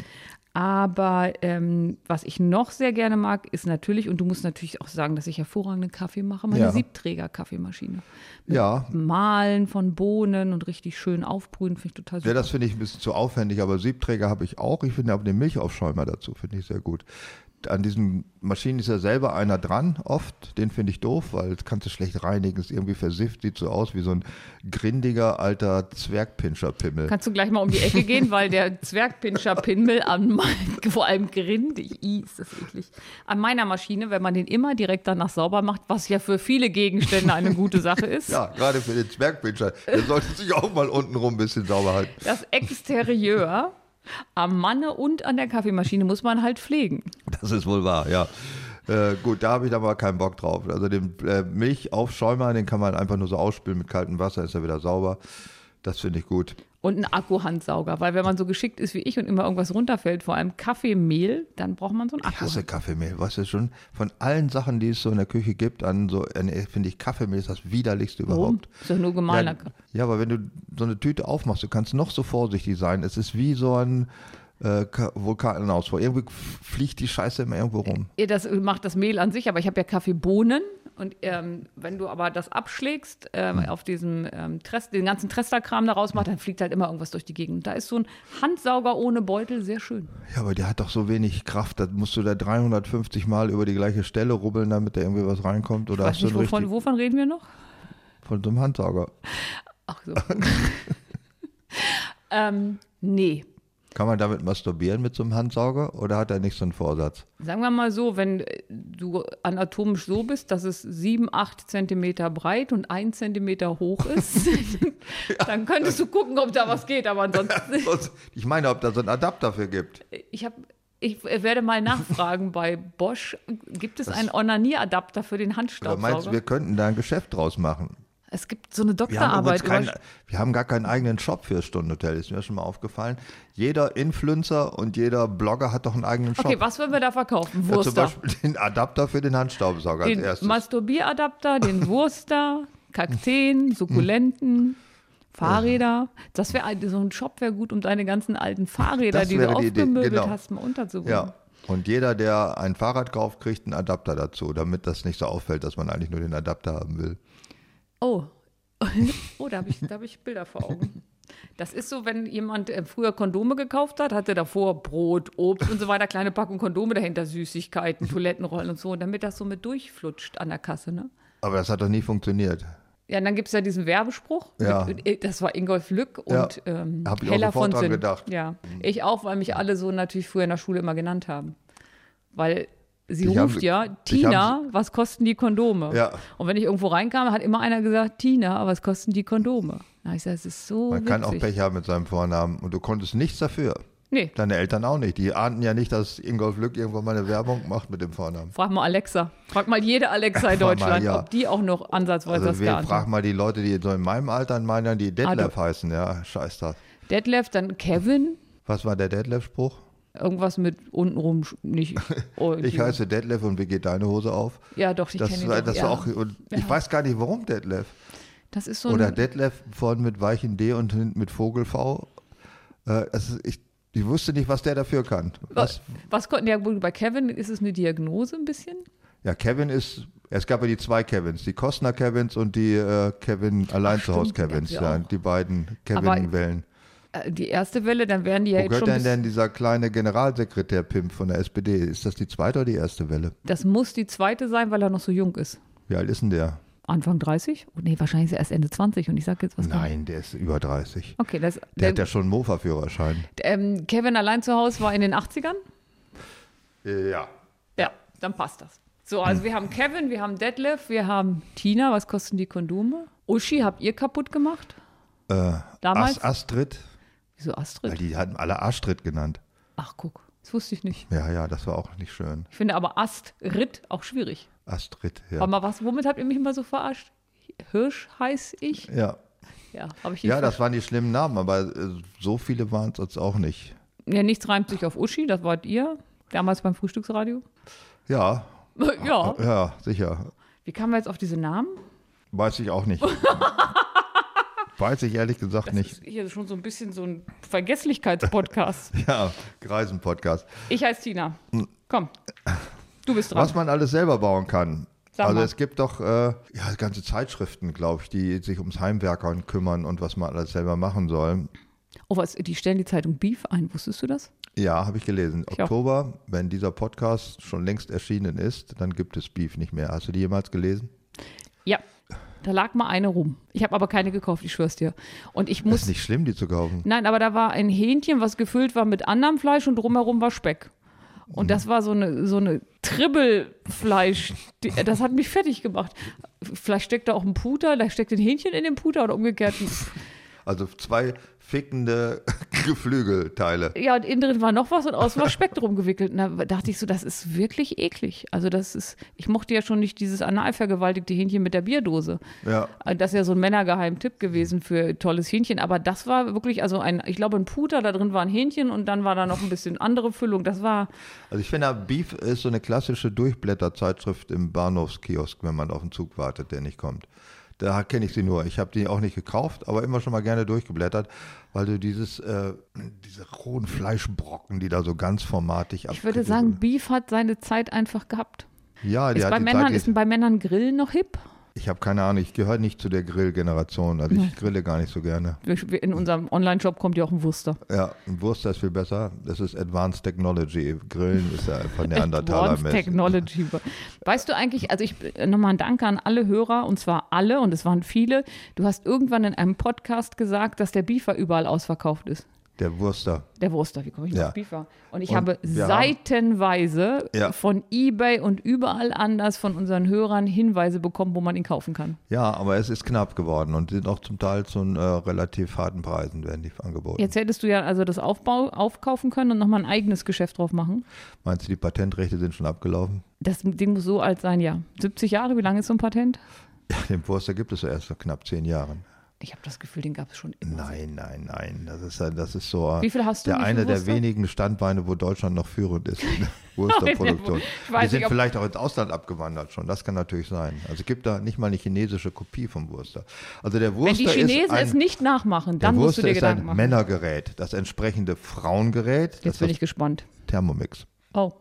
Aber ähm, was ich noch sehr gerne mag, ist natürlich, und du musst natürlich auch sagen, dass ich hervorragenden Kaffee mache, meine
Ja.
Siebträger-Kaffeemaschine.
Ja.
Mahlen von Bohnen und richtig schön aufbrühen, finde ich total
Ja,
super.
das finde ich ein bisschen zu aufwendig, aber Siebträger habe ich auch. Ich finde aber den Milchaufschäumer dazu, finde ich sehr gut. An diesen Maschinen ist ja selber einer dran, oft. Den finde ich doof, weil das kannst du schlecht reinigen, ist irgendwie versifft, sieht so aus wie so ein grindiger alter Zwergpinscherpimmel.
Kannst du gleich mal um die Ecke gehen, weil der Zwergpinscher-Pimmel an mein, vor allem grindig, I, ist das eklig, an meiner Maschine, wenn man den immer direkt danach sauber macht, was ja für viele Gegenstände eine gute Sache ist.
Ja, gerade für den Zwergpinscher. Der sollte sich auch mal untenrum ein bisschen sauber halten.
Das Exterieur am Manne und an der Kaffeemaschine muss man halt pflegen.
Das ist wohl wahr, ja. Äh, gut, da habe ich aber keinen Bock drauf. Also den äh, Milchaufschäumer, den kann man einfach nur so ausspülen mit kaltem Wasser, ist er wieder sauber. Das finde ich gut.
Und einen Akkuhandsauger, weil wenn man so geschickt ist wie ich und immer irgendwas runterfällt, vor allem Kaffeemehl, dann braucht man so einen
Ich
Akku.
hasse Kaffeemehl. Weißt du schon, von allen Sachen, die es so in der Küche gibt, an so, an- finde ich Kaffeemehl ist das widerlichste
Warum?
überhaupt.
Ist doch nur gemahlener
Ja, ja, aber wenn du so eine Tüte aufmachst, du kannst noch so vorsichtig sein. Es ist wie so ein äh, Ka- Vulkanausbruch. Irgendwie f- fliegt die Scheiße immer irgendwo rum.
Ihr Das macht das Mehl an sich, aber ich habe ja Kaffeebohnen. Und ähm, wenn du aber das abschlägst, ähm,
Hm.
auf diesem ähm, Trest, den ganzen Tresterkram da rausmachst, dann fliegt halt immer irgendwas durch die Gegend. Da ist so ein Handsauger ohne Beutel sehr schön.
Ja, aber der hat doch so wenig Kraft. Da musst du da 350 Mal über die gleiche Stelle rubbeln, damit da irgendwie was reinkommt. Oder
Weiß
hast du
nicht,
einen
wovon,
richtig
wovon reden wir noch?
von so einem Handsauger?
Ach so. ähm, nee.
Kann man damit masturbieren mit so einem Handsauger oder hat er nicht so einen Vorsatz?
Sagen wir mal so, wenn äh, du anatomisch so bist, dass es sieben, acht Zentimeter breit und ein Zentimeter hoch ist, dann könntest du gucken, ob da was geht. Aber ansonsten,
Ich meine, ob da so einen Adapter für gibt.
ich habe. Ich werde mal nachfragen bei Bosch, gibt es einen Onanieradapter für den
Oder meinst du, wir
Handstaubsauger?
könnten da ein Geschäft draus machen?
Es gibt so eine
Wir haben, übrigens
Doktorarbeit.
keinen,
über,
wir haben gar keinen eigenen Shop für das Stundenhotel, ist mir schon mal aufgefallen. Jeder Influencer und jeder Blogger hat doch einen eigenen Shop.
okay, was wollen wir da verkaufen?
ja, zum
Wurster.
Beispiel den Adapter für den Handstaubsauger als
den
erstes.
Masturbieradapter, den Wurster, Kakteen, Sukkulenten, Fahrräder. Das wäre so ein Shop wäre gut, um deine ganzen alten Fahrräder,
Das
die du
wäre die Idee,
aufgemöbelt
genau.
hast, mal unterzubringen.
ja. Und jeder, der ein Fahrrad kauft, kriegt einen Adapter dazu, damit das nicht so auffällt, dass man eigentlich nur den Adapter haben will.
Oh. oh, da habe ich, da hab ich Bilder vor Augen. Das ist so, wenn jemand äh, früher Kondome gekauft hat, hatte davor Brot, Obst und so weiter, kleine Packung Kondome dahinter, Süßigkeiten, Toilettenrollen und so, und damit das so mit durchflutscht an der Kasse, ne?
Aber das hat doch nie funktioniert.
Ja, und dann gibt es ja diesen Werbespruch.
Ja.
Mit, äh, das war Ingolf Lück und
Ja,
ähm,
hab ich auch
Hella
sofort
von
dran
Sinn.
gedacht. Mhm.
Ja, ich auch, weil mich alle so natürlich früher in der Schule immer genannt haben. Weil sie
Ich hab-
ruft ja,
ich
Tina, was kosten die Kondome?
Ja.
Und wenn ich irgendwo reinkam, hat immer einer gesagt, Tina, was kosten die Kondome? Na, ich sage, es ist
Man
so Oh, witzig.
kann auch Pech haben mit seinem Vornamen und du konntest nichts dafür.
Nee,
Deine Eltern auch nicht. Die ahnten ja nicht, dass Ingolf Lück irgendwann mal eine Werbung macht mit dem Vornamen.
frag mal Alexa. Frag mal jede Alexa
Frag
in
mal,
Deutschland,
ja.
ob die auch noch ansatzweise
Also
das
wir
geahnt
fragen mal die Leute, die so in meinem Alter in meinen Jahren, die Detlef
Ah, du-
heißen. Ja, scheiß das.
Detlef, dann Kevin,
Was war der Detlef-Spruch?
irgendwas mit untenrum sch- nicht. Oh,
Ich heiße Detlef und wie geht deine Hose auf?
Ja, doch, ich kenne
Das
ihn.
war,
doch,
das
ja.
war auch, und ich weiß gar nicht, warum Detlef.
Das ist so
Oder
ein,
Detlef vorne mit weichen D und hinten mit Vogel V. Äh, das ist, ich, ich wusste nicht, was der dafür kann. Was,
was, was konnten ja wohl bei Kevin ist es eine Diagnose ein bisschen?
ja, Kevin ist, es gab ja die zwei Kevins, die Costner Kevins und die äh, Kevin allein zu Hause Kevins.
die gab's ja
Ja,
auch.
die beiden
Aber-
Kevin-Wellen.
Äh, Die erste Welle, dann wären die ja
Wo
jetzt
gehört
schon.
denn
Bis,
denn dieser kleine Generalsekretär-Pimp von der SPD? Ist das die zweite oder die erste Welle?
das muss die zweite sein, weil er noch so jung ist.
Wie alt ist denn der?
Anfang 30? Oh, nee, wahrscheinlich ist er erst Ende 20 und ich sage jetzt was.
Nein, der ist über 30.
Okay, das,
Der
der,
hat ja schon einen Mofa-Führerschein.
ähm, Kevin allein zu Hause war in den 80ern?
Ja.
Äh, Ja, dann passt das. So, also
Hm.
wir haben Kevin, wir haben Detlef, wir haben Tina, was kosten die Kondome? Uschi, habt ihr kaputt gemacht?
Äh,
Damals?
Damals? Astrid,
Wieso
weil
Astrid?
die hatten alle Astrid genannt.
Ach, guck, das wusste ich nicht.
Ja, ja, das war auch nicht schön.
Ich finde aber Astrid auch schwierig.
Astrid, ja.
Aber was, womit habt ihr mich immer so verarscht? Hirsch heiß ich?
Ja,
Ja, habe ich nicht.
ja
ver-
das waren die schlimmen Namen, aber äh, so viele waren es jetzt auch nicht.
ja, nichts reimt sich auf Uschi, das wart ihr. Damals beim Frühstücksradio.
Ja,
Ja,
ja, sicher.
wie kamen wir jetzt auf diese Namen?
Weiß ich auch nicht. Weiß ich ehrlich gesagt nicht.
Das ist hier schon so ein bisschen so ein Vergesslichkeitspodcast.
Ja, Greisen-Podcast.
Ich heiße Tina. Komm, du bist dran.
Hm. Was man alles selber bauen kann.
Sag
also
mal.
es gibt doch äh, ja, ganze Zeitschriften, glaube ich, die sich ums Heimwerkern kümmern und was man alles selber machen soll.
Oh, was, die stellen die Zeitung Beef ein, wusstest du das?
Ja, habe ich gelesen.
Ich auch.
Oktober, wenn dieser Podcast schon längst erschienen ist, dann gibt es Beef nicht mehr. Hast du die jemals gelesen?
Ja, da lag mal eine rum. Ich habe aber keine gekauft, ich schwör's dir. Und ich
Ist
muss
nicht schlimm, die zu kaufen.
Nein, aber da war ein Hähnchen, was gefüllt war mit anderem Fleisch und drumherum war Speck. Und das war so eine, so eine Tribbelfleisch. Die- Das hat mich fertig gemacht. Vielleicht steckt da auch ein Puter, da steckt ein Hähnchen in dem Puter oder umgekehrt.
Also zwei fickende Geflügelteile.
Ja, und innen drin war noch was und außen war Speck drum gewickelt. Und da dachte ich so, das ist wirklich eklig. Also das ist, ich mochte ja schon nicht dieses anal vergewaltigte Hähnchen mit der Bierdose.
Ja.
Äh, Das ist ja so ein Männergeheimtipp gewesen für tolles Hähnchen, aber das war wirklich, also ein, ich glaube, ein Puter, da drin war ein Hähnchen und dann war da noch ein bisschen andere Füllung. Das war,
Also ich finde, Beef ist so eine klassische Durchblätterzeitschrift im Bahnhofskiosk, wenn man auf den Zug wartet, der nicht kommt. Da kenne ich sie nur. Ich habe die auch nicht gekauft, aber immer schon mal gerne durchgeblättert, weil du dieses, äh, diese rohen Fleischbrocken, die da so ganz formatig
ich würde sagen, Beef hat seine Zeit einfach gehabt.
ja, die
Ist
hat
bei
die
Männern,
Zeit,
ist bei Männern Grillen noch hip?
Ich habe keine Ahnung, ich gehöre nicht zu der Grillgeneration. Also ich grille gar nicht so gerne.
Wir- wir- In unserem Online-Shop kommt ja auch ein Wurster.
Ja, ein Wurster ist viel besser. Das ist Advanced Technology. Grillen ist ja einfach Neandertaler
Advanced
mit.
Technology. Weißt du eigentlich, also ich nochmal ein Dank an alle Hörer und zwar alle und es waren viele. Du hast irgendwann in einem Podcast gesagt, dass der Biefer überall ausverkauft ist.
Der Wurster.
Der Wurster, wie komme ich denn
Ja.
auf Biefer? Und ich
Und
habe
wir haben-
seitenweise
Ja.
von Ebay und überall anders von unseren Hörern Hinweise bekommen, wo man ihn kaufen kann.
Ja, aber es ist knapp geworden und sind auch zum Teil zu äh, relativ harten Preisen werden die angeboten.
Jetzt hättest du ja also das Aufbau aufkaufen können und nochmal ein eigenes Geschäft drauf machen.
Meinst du, die Patentrechte sind schon abgelaufen?
Das Ding muss so alt sein, ja. 70 Jahre, wie lange ist so ein Patent?
Ja, den Forster gibt es ja erst vor knapp zehn Jahren.
Ich habe das Gefühl, den gab es schon immer.
Nein, nein, nein. Das ist, ja- das ist so äh,
Wie viel hast du?
der
Wie viel
eine der
Wurster?
wenigen Standbeine, wo Deutschland noch führend ist in der Wursterproduktion.
Ich weiß
Die sind
nicht, ob-
vielleicht auch ins Ausland abgewandert schon. Das kann natürlich sein. Also es gibt da nicht mal eine chinesische Kopie vom Wurster. Also der
Wenn
Wurster
die
ist
Chinesen
ein,
es nicht nachmachen,
der
dann musst
Wurster
du dir
ist ein
Gedanken machen.
Männergerät. Das entsprechende Frauengerät,
Jetzt
das
bin ich
ist
gespannt.
Thermomix.
Oh.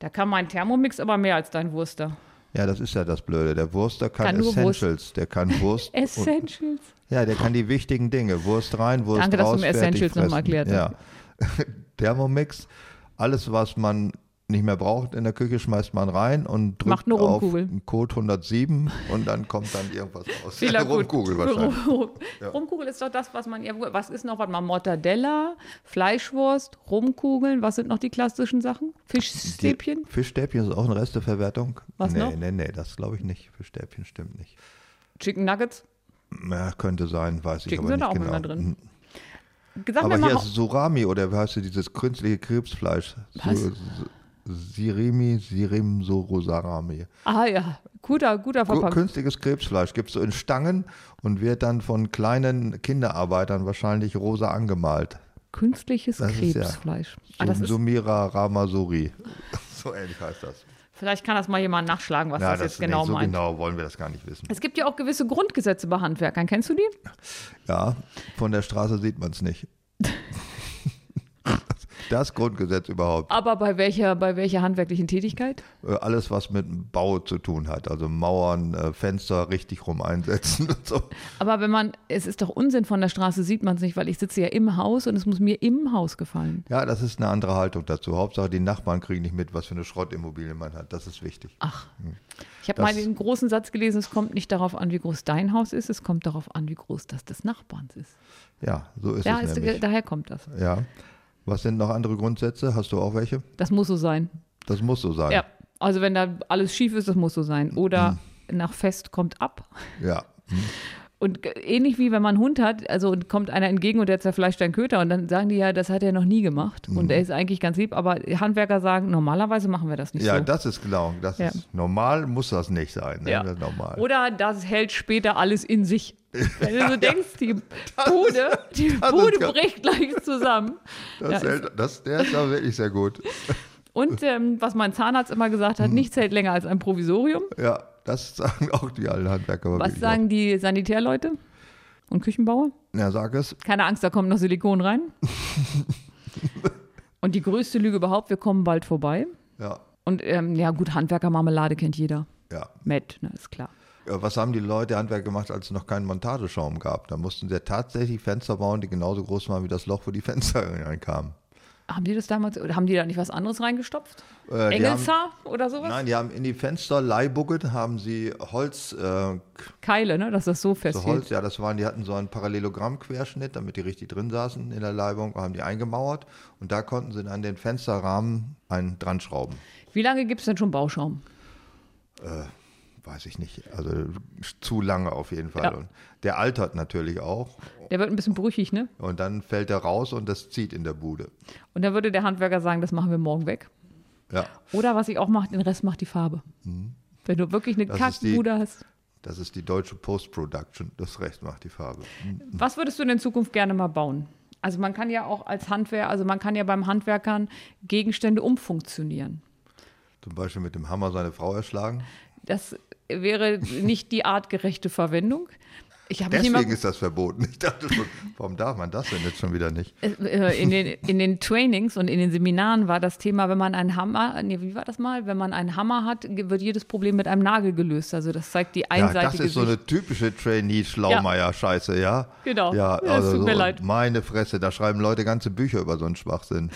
Da kann mein Thermomix aber mehr als dein Wurster.
Ja, das ist ja das Blöde. Der Wurster kann,
Kann nur Wurst.
Essentials. Der kann Wurst. und-
Essentials.
Ja, der kann die wichtigen Dinge. Wurst rein, Wurst
Danke, dass
raus.
du mir
fertig
Essentials nochmal
fressen.
erklärt
Ja. Thermomix, alles, was man nicht mehr braucht in der Küche, schmeißt man rein und drückt
Macht eine
auf
Rumkugel.
den Code 107 und dann kommt dann irgendwas raus.
Fehler
Eine Rumkugel
gut.
wahrscheinlich.
Rum- Rumkugel ist doch das, was man ja. Was ist noch was? Man Mortadella, Fleischwurst, Rumkugeln. Was sind noch die klassischen Sachen? Fischstäbchen?
Die Fischstäbchen ist auch eine Resteverwertung.
Was
nee,
noch?
nee, nee, das glaube ich nicht. Fischstäbchen stimmt nicht.
Chicken Nuggets?
Ja, könnte sein, weiß ich
Chicken
aber
sind
nicht
auch
genau. Hm.
immer drin. Sag
Aber
mir
hier
mal,
ist Surami oder wie heißt dieses künstliche Krebsfleisch?
Was?
Su- Su- Sirimi, Sirim, Sorosarami.
ah ja, guter, guter
Ku-
Verpackung.
Künstliches Krebsfleisch gibt es so in Stangen und wird dann von kleinen Kinderarbeitern wahrscheinlich rosa angemalt.
Künstliches
Das ist ja-
Krebsfleisch. ah,
Sum
das ist,
Sumira Ramasuri. So ähnlich heißt das.
vielleicht kann das mal jemand nachschlagen, was
Na,
das, jetzt
nee,
genau
so
meint.
genau wollen wir das gar nicht wissen.
Es gibt ja auch gewisse Grundgesetze bei Handwerkern. Kennst du die?
Ja, von der Straße sieht man es nicht. Das Grundgesetz überhaupt.
Aber bei welcher, bei welcher handwerklichen Tätigkeit?
Äh, Alles, was mit Bau zu tun hat. Also Mauern, äh, Fenster richtig rum einsetzen und so.
Aber wenn man, es ist doch Unsinn, von der Straße sieht man es nicht, weil ich sitze ja im Haus und es muss mir im Haus gefallen.
Ja, das ist eine andere Haltung dazu. Hauptsache, die Nachbarn kriegen nicht mit, was für eine Schrottimmobilie man hat. Das ist wichtig.
Ach, ich habe mal
Das-
den großen Satz gelesen, es kommt nicht darauf an, wie groß dein Haus ist, es kommt darauf an, wie groß das des Nachbarns ist.
Ja, so ist
Da
es
ist
nämlich.
daher kommt das.
Ja. Was sind noch andere Grundsätze? Hast du auch welche?
Das muss so sein.
Das muss so sein.
Ja, also wenn da alles schief ist, das muss so sein. Oder
Mhm.
nach Fest kommt ab.
Ja.
Und g- ähnlich wie wenn man einen Hund hat, also und kommt einer entgegen und der zerfleischt einen Köter und dann sagen die ja, das hat er noch nie gemacht
Mhm.
und er ist eigentlich ganz lieb, aber Handwerker sagen, normalerweise machen wir das nicht
Ja,
so.
das ist genau. Das
Ja.
ist normal muss das nicht sein. Ne? Das ist Normal.
Oder das hält später alles in sich. Wenn du so denkst, die Bude, die
das
Bude
ist ja-
bricht gleich zusammen.
das
ja,
hält, das, der ist aber wirklich sehr gut.
Und ähm, was mein Zahnarzt immer gesagt
Hm.
hat, nichts hält länger als ein Provisorium.
Ja, das sagen auch die alten Handwerker. aber
Was
wirklich
sagen die Sanitärleute und Küchenbauer?
auch. Ja, sag es.
Keine Angst, da kommt noch Silikon rein. und die größte Lüge überhaupt, wir kommen bald vorbei.
Ja,
Und ähm, ja gut, Handwerkermarmelade kennt jeder.
ja.
Matt, ne, ist klar.
Ja, Was haben die Leute Handwerk gemacht, als es noch keinen Montageschaum gab? Da mussten sie ja tatsächlich Fenster bauen, die genauso groß waren wie das Loch, wo die Fenster reinkamen.
Haben die das damals, oder haben die da nicht was anderes reingestopft?
Äh, die
Engelshaar oder sowas?
Nein, die haben in die Fenster Leihbucket haben sie Holz äh,
Keile, ne, dass das so
So
festhält.
Holz, ja, das waren, die hatten so einen Parallelogrammquerschnitt, damit die richtig drin saßen in der Leibung, haben die eingemauert und da konnten sie an den Fensterrahmen einen dran schrauben.
Wie lange gibt es denn schon Bauschaum?
Weiß ich nicht, also zu lange auf jeden Fall.
Ja.
Und der altert natürlich auch
Der wird ein bisschen brüchig, ne?
und dann fällt er raus und das zieht in der Bude.
Und dann würde der Handwerker sagen, das machen wir morgen weg.
Ja,
Oder was ich auch mache, den Rest macht die Farbe. Wenn du wirklich eine
Mhm. Das ist die-
Kackbude hast.
das ist die deutsche Post-Production, das Recht macht die Farbe. Mhm.
Was würdest du denn in Zukunft gerne mal bauen? Also man kann ja auch als Handwerker, also man kann ja beim Handwerkern Gegenstände umfunktionieren.
Zum Beispiel mit dem Hammer seine Frau erschlagen.
Das wäre nicht die artgerechte Verwendung. Ich habe mich nicht mal
Deswegen ist das verboten. Ich dachte schon, warum darf man das denn jetzt schon wieder nicht?
Äh, in den, in den Trainings und in den Seminaren war das Thema, wenn man einen Hammer, nee, wie war das mal? Wenn man einen Hammer hat, ge- wird jedes Problem mit einem Nagel gelöst. Also das zeigt die
Ja,
einseitige
das ist so
Sicht.
eine typische Trainee-Schlaumeier-Scheiße, ja?
Genau.
Ja,
Ja, es
also
tut mir
so,
leid.
meine Fresse, da schreiben Leute ganze Bücher über so einen Schwachsinn.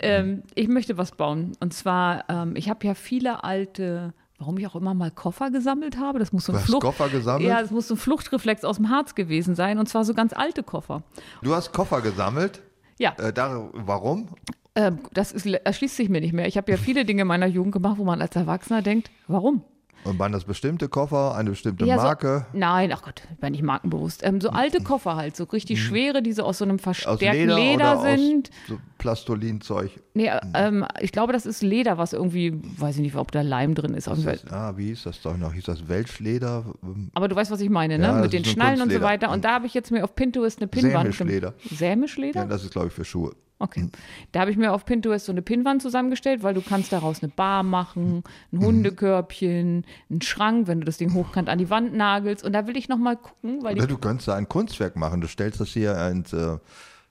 ähm, ich möchte was bauen. Und zwar, ähm, ich habe ja viele alte, warum ich auch immer mal Koffer gesammelt habe. Das muss so ein
Du hast
Flucht.
Koffer gesammelt?
Ja, das muss so ein Fluchtreflex aus dem Harz gewesen sein. Und zwar so ganz alte Koffer.
Du hast Koffer gesammelt?
Ja,
Äh, da, warum?
ähm, das ist, erschließt sich mir nicht mehr. Ich habe ja viele Dinge meiner Jugend gemacht, wo man als Erwachsener denkt, warum?
Und waren das bestimmte Koffer, eine bestimmte
Ja,
Marke?
So, nein, ach Gott, ich bin nicht markenbewusst. Ähm, so alte Koffer halt, so richtig schwere, die so aus so einem
Mhm. Aus
verstärkten
Leder, oder
sind.
aus Mhm. so Plastolinzeug.
Nee, ähm, ich glaube, das ist Leder, was irgendwie, weiß ich nicht, ob da Leim drin ist. Also, Auf jeden Fall.
Das, ah, wie hieß das doch noch? Hieß das Welschleder? Ähm,
Aber du weißt, was ich meine, ne?
Ja, das
Mit den
ist so ein
Schnallen und so
Kunstleder. Mhm.
weiter. Und da habe ich jetzt mir auf Pinterest eine Pinnwand. gem-
Sämischleder.
Sämischleder?
Ja, das mhm. ist, glaube ich, für Schuhe.
Okay. Da habe ich mir auf Pinterest so eine Pinnwand zusammengestellt, weil du kannst daraus eine Bar machen, ein
Mhm.
Hundekörbchen, einen Schrank, wenn du das Ding hochkant an die Wand nagelst. Und da will ich nochmal gucken, weil
Oder
die,
du könntest da ein Kunstwerk machen. Du stellst das hier ins äh,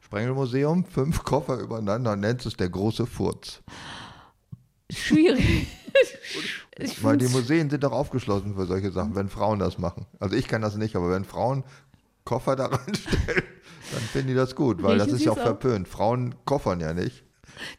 Sprengelmuseum, fünf Koffer übereinander und nennst es der große Furz.
schwierig. ich
Weil die
find's,
Museen sind doch aufgeschlossen für solche Sachen, wenn Frauen das machen. Also ich kann das nicht, aber wenn Frauen Koffer da reinstellen, dann finden die das gut, weil das
Welches
ist ja auch
ist auch-
verpönt. Frauen koffern ja nicht.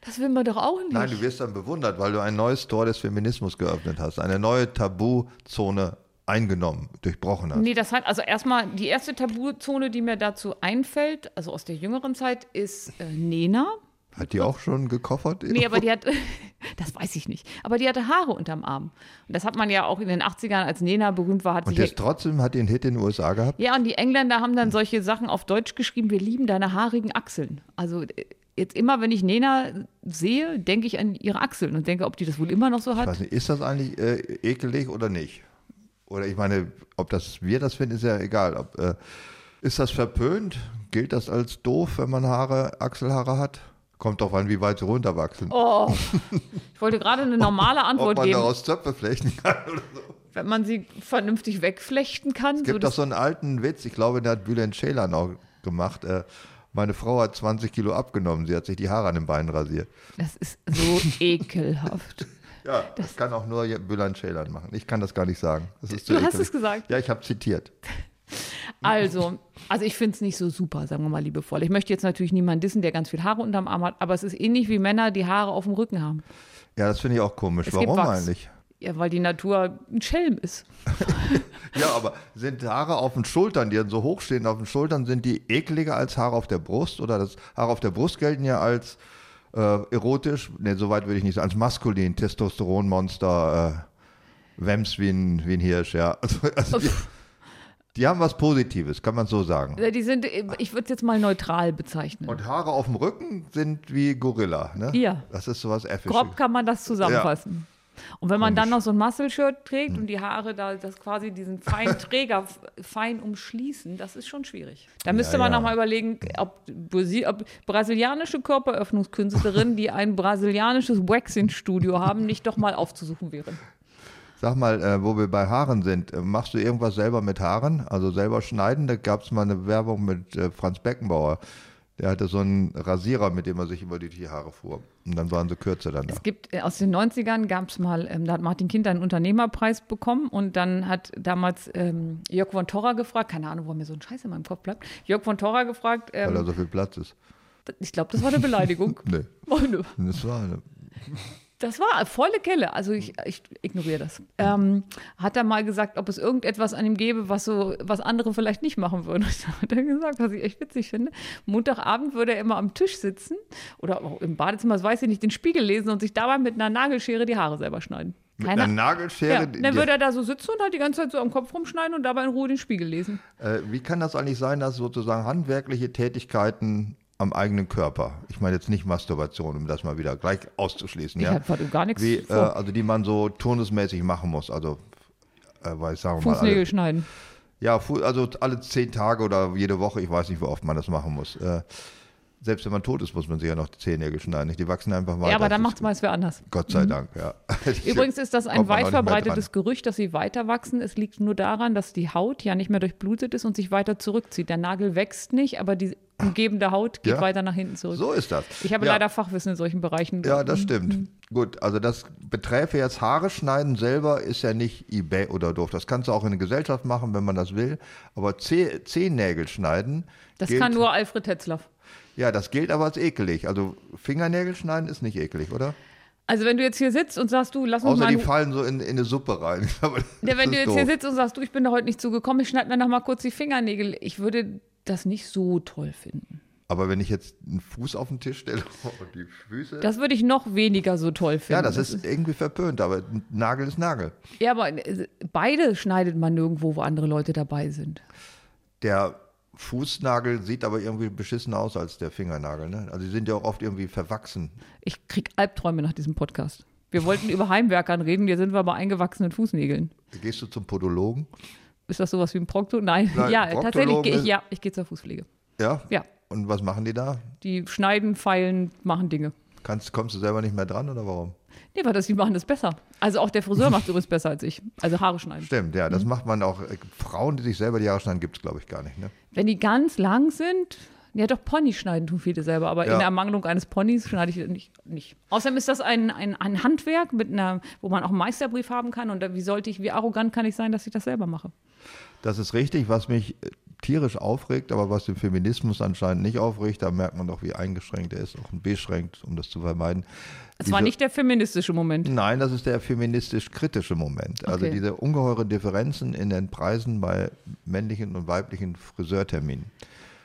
das will man doch auch nicht.
Nein, du wirst dann bewundert, weil du ein neues Tor des Feminismus geöffnet hast, eine neue Tabuzone eingenommen, durchbrochen hast.
Nee, das hat, also erstmal, die erste Tabuzone, die mir dazu einfällt, also aus der jüngeren Zeit, ist äh, Nena.
Hat die auch schon gekoffert?
Nee, aber die hat, das weiß ich nicht, aber die hatte Haare unterm Arm. Und das hat man ja auch in den 80ern, als Nena berühmt war, hat
und
sich
jetzt trotzdem hat die einen Hit in den USA gehabt?
Ja, und die Engländer haben dann solche Sachen auf Deutsch geschrieben, wir lieben deine haarigen Achseln. Also äh, jetzt immer, wenn ich Nena sehe, denke ich an ihre Achseln und denke, ob die das wohl immer noch so
Ich
hat.
weiß nicht, ist das eigentlich äh, ekelig oder nicht? Oder ich meine, ob das wir das finden, ist ja egal. Ob, äh, ist das verpönt? Gilt das als doof, wenn man Haare, Achselhaare hat? Kommt drauf an, wie weit sie runterwachsen.
Oh, ich wollte gerade eine normale
ob
Antwort
man
geben,
daraus Zöpfe flechten kann. Oder so.
wenn man sie vernünftig wegflechten kann.
Es gibt
so
doch
dass,
so einen alten Witz, ich glaube, der hat Bülent Ceylan auch gemacht. Äh, meine Frau hat 20 Kilo abgenommen, sie hat sich die Haare an den Beinen rasiert.
das ist so ekelhaft.
Ja, das, kann auch nur Bülent Ceylan machen. Ich kann das gar nicht sagen. Das ist zu
Du hast
ekelig.
es gesagt.
Ja, ich habe zitiert.
Also, also ich finde es nicht so super, sagen wir mal liebevoll. Ich möchte jetzt natürlich niemanden dissen, der ganz viel Haare unterm Arm hat, aber es ist ähnlich wie Männer, die Haare auf dem Rücken haben.
Ja, das finde ich auch komisch.
Es gibt
Warum
Wachs.
eigentlich?
Ja, weil die Natur ein Schelm ist.
Ja, aber sind Haare auf den Schultern, die dann so hoch stehen auf den Schultern, sind die ekliger als Haare auf der Brust? Oder das Haare auf der Brust gelten ja als äh, erotisch, ne, soweit würde ich nicht sagen, als maskulin, Testosteronmonster, äh, Wems wie ein, wie ein Hirsch, ja. Also, also die, die haben was Positives, kann man so sagen.
Ja, Die sind, ich würde es jetzt mal neutral bezeichnen.
Und Haare auf dem Rücken sind wie Gorilla, ne?
Ja.
Das ist sowas Effisches.
Grob kann man das zusammenfassen. Und wenn man dann noch so ein Muscle-Shirt trägt
Hm.
und die Haare da, das quasi diesen feinen Träger f- fein umschließen, das ist schon schwierig. Da müsste
Ja,
man
ja.
nochmal überlegen, ob, Brasi- ob brasilianische Körperöffnungskünstlerinnen, die ein brasilianisches Waxing-Studio haben, nicht doch mal aufzusuchen wären.
Sag mal, äh, wo wir bei Haaren sind, äh, machst du irgendwas selber mit Haaren? Also selber schneiden? Da gab es mal eine Werbung mit äh, Franz Beckenbauer. Der hatte so einen Rasierer, mit dem er sich immer die Haare fuhr. Und dann waren sie kürzer danach.
Es gibt äh, aus den 90ern gab es mal, ähm, da hat Martin Kind einen Unternehmerpreis bekommen und dann hat damals ähm, Jörg von Torra gefragt, keine Ahnung, warum mir so ein Scheiß in meinem Kopf bleibt. Jörg von Torra gefragt,
Weil da
ähm,
so viel Platz ist.
ich glaube, das war eine Beleidigung.
Nee,
Oh, nö.
das ne? war eine.
Das war volle Kelle. Also ich, ich ignoriere das. Ähm, hat er mal gesagt, ob es irgendetwas an ihm gäbe, was so, was andere vielleicht nicht machen würden. Und da hat er gesagt, was ich echt witzig finde. Montagabend würde er immer am Tisch sitzen oder auch im Badezimmer, das weiß ich nicht, den Spiegel lesen und sich dabei mit einer Nagelschere die Haare selber schneiden.
Mit
Keine-
einer
ja,
Nagelschere. die-
dann würde er da so sitzen und halt die ganze Zeit so am Kopf rumschneiden und dabei in Ruhe den Spiegel lesen.
äh, wie kann das eigentlich sein, dass sozusagen handwerkliche Tätigkeiten am eigenen Körper, ich meine jetzt nicht Masturbation, um das mal wieder gleich auszuschließen,
Ich
ja,
hab gerade gar nichts
wie, äh,
vor.
also die man so turnusmäßig machen muss, also äh, weil ich sage mal, alle-
Fußnägel schneiden.
Ja, fu- also alle zehn Tage oder jede Woche, ich weiß nicht, wie oft man das machen muss. Äh, selbst wenn man tot ist, muss man sich ja noch die Zähne schneiden. nicht? Die wachsen einfach weiter.
Ja, aber
Das
dann macht es
ist-
meist wer anders.
Gott sei Dank, ja.
Übrigens ist das ein
Kommt man auch
weit
nicht mehr
verbreitetes Gerücht, dass sie weiter wachsen. Es liegt nur daran, dass die Haut ja nicht mehr durchblutet ist und sich weiter zurückzieht. Der Nagel wächst nicht, aber die umgebende Haut geht
Ja.
weiter nach hinten zurück.
dran. So ist das.
Ich habe
ja,
leider Mhm. Fachwissen in solchen Bereichen.
Ja, das stimmt. Gut, also das beträfe jetzt Haare schneiden selber ist ja nicht eBay oder doof. Das kannst du auch in der Gesellschaft machen, wenn man das will. Aber Zeh Zehennägel schneiden.
das
gilt,
kann nur Alfred Tetzlaff.
Ja, das gilt aber als ekelig. Also Fingernägel schneiden ist nicht ekelig, oder?
Also wenn du jetzt hier sitzt und sagst, du, lass uns
Außer
mal...
die fallen so in, in eine Suppe rein. Aber das
Ja,
ist
wenn du jetzt
doof.
hier sitzt und sagst, du, ich bin da heute nicht zugekommen, ich schneide mir noch mal kurz die Fingernägel. Ich würde das nicht so toll finden.
Aber wenn ich jetzt einen Fuß auf den Tisch stelle und die Füße.
Das würde ich noch weniger so toll
ja,
finden.
das ist irgendwie verpönt, aber ein Nagel ist Nagel.
Ja, aber äh, beide schneidet man nirgendwo, wo andere Leute dabei sind.
Der Fußnagel sieht aber irgendwie beschissener aus als der Fingernagel. Ne? Also die sind ja auch oft irgendwie verwachsen.
Ich krieg Albträume nach diesem Podcast. Wir wollten über Heimwerkern reden, hier sind wir bei eingewachsenen Fußnägeln.
Gehst du zum Podologen?
Ist das sowas wie ein Prokto? Nein,
Nein,
ja,
Proktologen
tatsächlich gehe ich,
ist-
ja, ich gehe zur Fußpflege.
Ja?
Ja.
Und was machen die da?
Die schneiden, feilen, machen Dinge.
Kannst, kommst du selber nicht mehr dran oder warum?
Nee, weil das, die machen das besser. Also auch der Friseur macht übrigens besser als ich. Also Haare schneiden.
Stimmt, ja,
Mhm.
das macht man auch. Äh, Frauen, die sich selber die Haare schneiden, gibt es, glaube ich, gar nicht. Ne?
Wenn die ganz lang sind, ja doch, Pony schneiden tun viele selber, aber
Ja.
in Ermangelung eines Ponys schneide ich nicht. nicht. Außerdem ist das ein, ein, ein Handwerk, mit einer, wo man auch einen Meisterbrief haben kann. Und da- wie sollte ich, wie arrogant kann ich sein, dass ich das selber mache?
Das ist richtig, was mich äh, tierisch aufregt, aber was den Feminismus anscheinend nicht aufregt, da merkt man doch, wie eingeschränkt er ist, auch beschränkt, um das zu vermeiden.
Das war
Diese-
nicht der feministische Moment.
Nein, das ist der feministisch-kritische Moment. Also
Okay.
diese ungeheuren Differenzen in den Preisen bei männlichen und weiblichen Friseurterminen.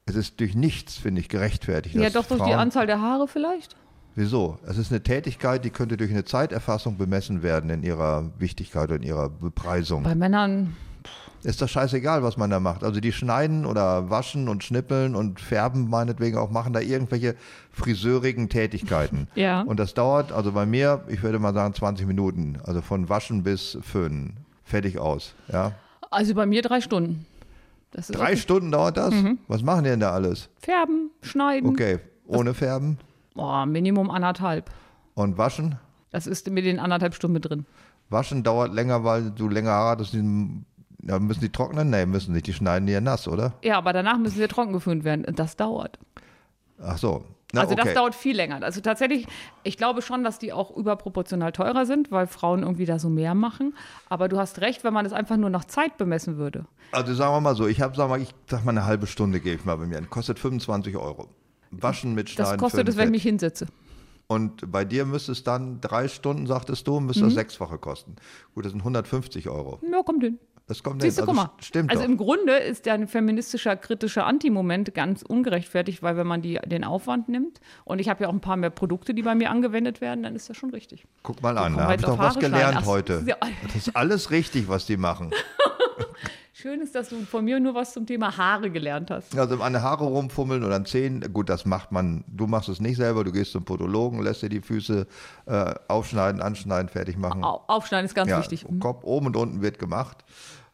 Es ist durch nichts, finde ich, gerechtfertigt.
Ja,
dass
doch durch die
Frauen-
Anzahl der Haare vielleicht?
Wieso? Es ist eine Tätigkeit, die könnte durch eine Zeiterfassung bemessen werden in ihrer Wichtigkeit und ihrer Bepreisung.
Bei Männern,
Ist das scheißegal, was man da macht. Also die schneiden oder waschen und schnippeln und färben meinetwegen auch, machen da irgendwelche friseurigen Tätigkeiten.
Ja.
Und das dauert, also bei mir, ich würde mal sagen 20 Minuten. Also von waschen bis föhnen. Fertig aus. Ja.
also bei mir drei Stunden. Das ist
Drei
okay. Mhm.
Stunden dauert das? Was machen die denn da alles?
Färben, schneiden,
Okay, ohne färben
oh, Minimum anderthalb.
und waschen.
Das ist mit den anderthalb Stunden mit drin.
Waschen dauert länger, weil du länger Haare hast. die- Ja, müssen die trocknen? Nee, müssen nicht. Die schneiden die ja nass, oder?
Ja, aber danach müssen wir trocken geföhnt werden. Das dauert.
Ach so. Na,
also
okay.
das dauert viel länger. Also tatsächlich, ich glaube schon, dass die auch überproportional teurer sind, weil Frauen irgendwie da so mehr machen. Aber du hast recht, wenn man das einfach nur nach Zeit bemessen würde.
Also sagen wir mal so, ich habe, sag mal, ich sag mal eine halbe Stunde gehe ich mal bei mir an. Kostet 25 Euro. Waschen mit
Das
Schneiden.
kostet es, wenn ich mich hinsetze.
Und bei dir müsste es dann drei Stunden, sagtest du, müsste
Mhm.
das sechsfache kosten. Gut, das sind 150 Euro.
Ja, kommt hin.
Das kommt
Siehst du,
hin.
guck
Also
mal.
st- Stimmt
also
doch.
im Grunde ist dein feministischer, kritischer Anti-Moment ganz ungerechtfertigt, weil wenn man die, den Aufwand nimmt, und ich habe ja auch ein paar mehr Produkte, die bei mir angewendet werden, dann ist das schon richtig.
Guck mal an,
kommen
da
wir
habe
jetzt
ich doch
auf
was
Haare schneiden.
gelernt
Ach,
heute.
ja.
Das ist alles richtig, was die machen.
Schön ist, dass du von mir nur was zum Thema Haare gelernt hast.
Also an den Haare rumfummeln oder an Zehen, gut, das macht man. Du machst es nicht selber, du gehst zum Podologen, lässt dir die Füße äh, aufschneiden, anschneiden, fertig machen.
Au- Aufschneiden ist Mhm. ganz wichtig.
Kopf oben und unten wird gemacht.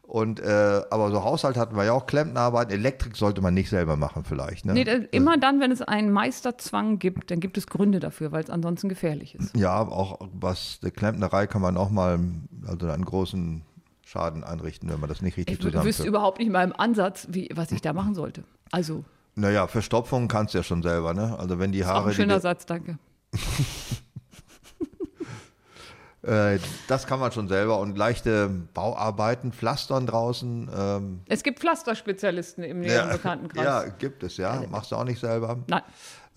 Und äh, aber so Haushalt hatten wir ja auch, Klempnerarbeit, Elektrik sollte man nicht selber machen vielleicht. Ne?
Nee, da- immer dann, wenn es einen Meisterzwang gibt, dann gibt es Gründe dafür, weil es ansonsten gefährlich ist.
ja, auch was der Klempnerei kann man auch mal also einen großen Schaden anrichten, wenn man das nicht richtig
Ich wü- wüsste
zusammenführt.
überhaupt nicht mal im Ansatz, wie, was ich da machen sollte. Also,
Naja, Verstopfung kannst du ja schon selber, ne? Also wenn die
auch
Haare,
ein
die
schöner
dir-
Satz, danke.
äh, das kann man schon selber und leichte Bauarbeiten, Pflastern draußen, ähm,
Es gibt Pflasterspezialisten im näheren Bekanntenkreis.
ja, gibt es ja, machst du auch nicht selber.
Nein,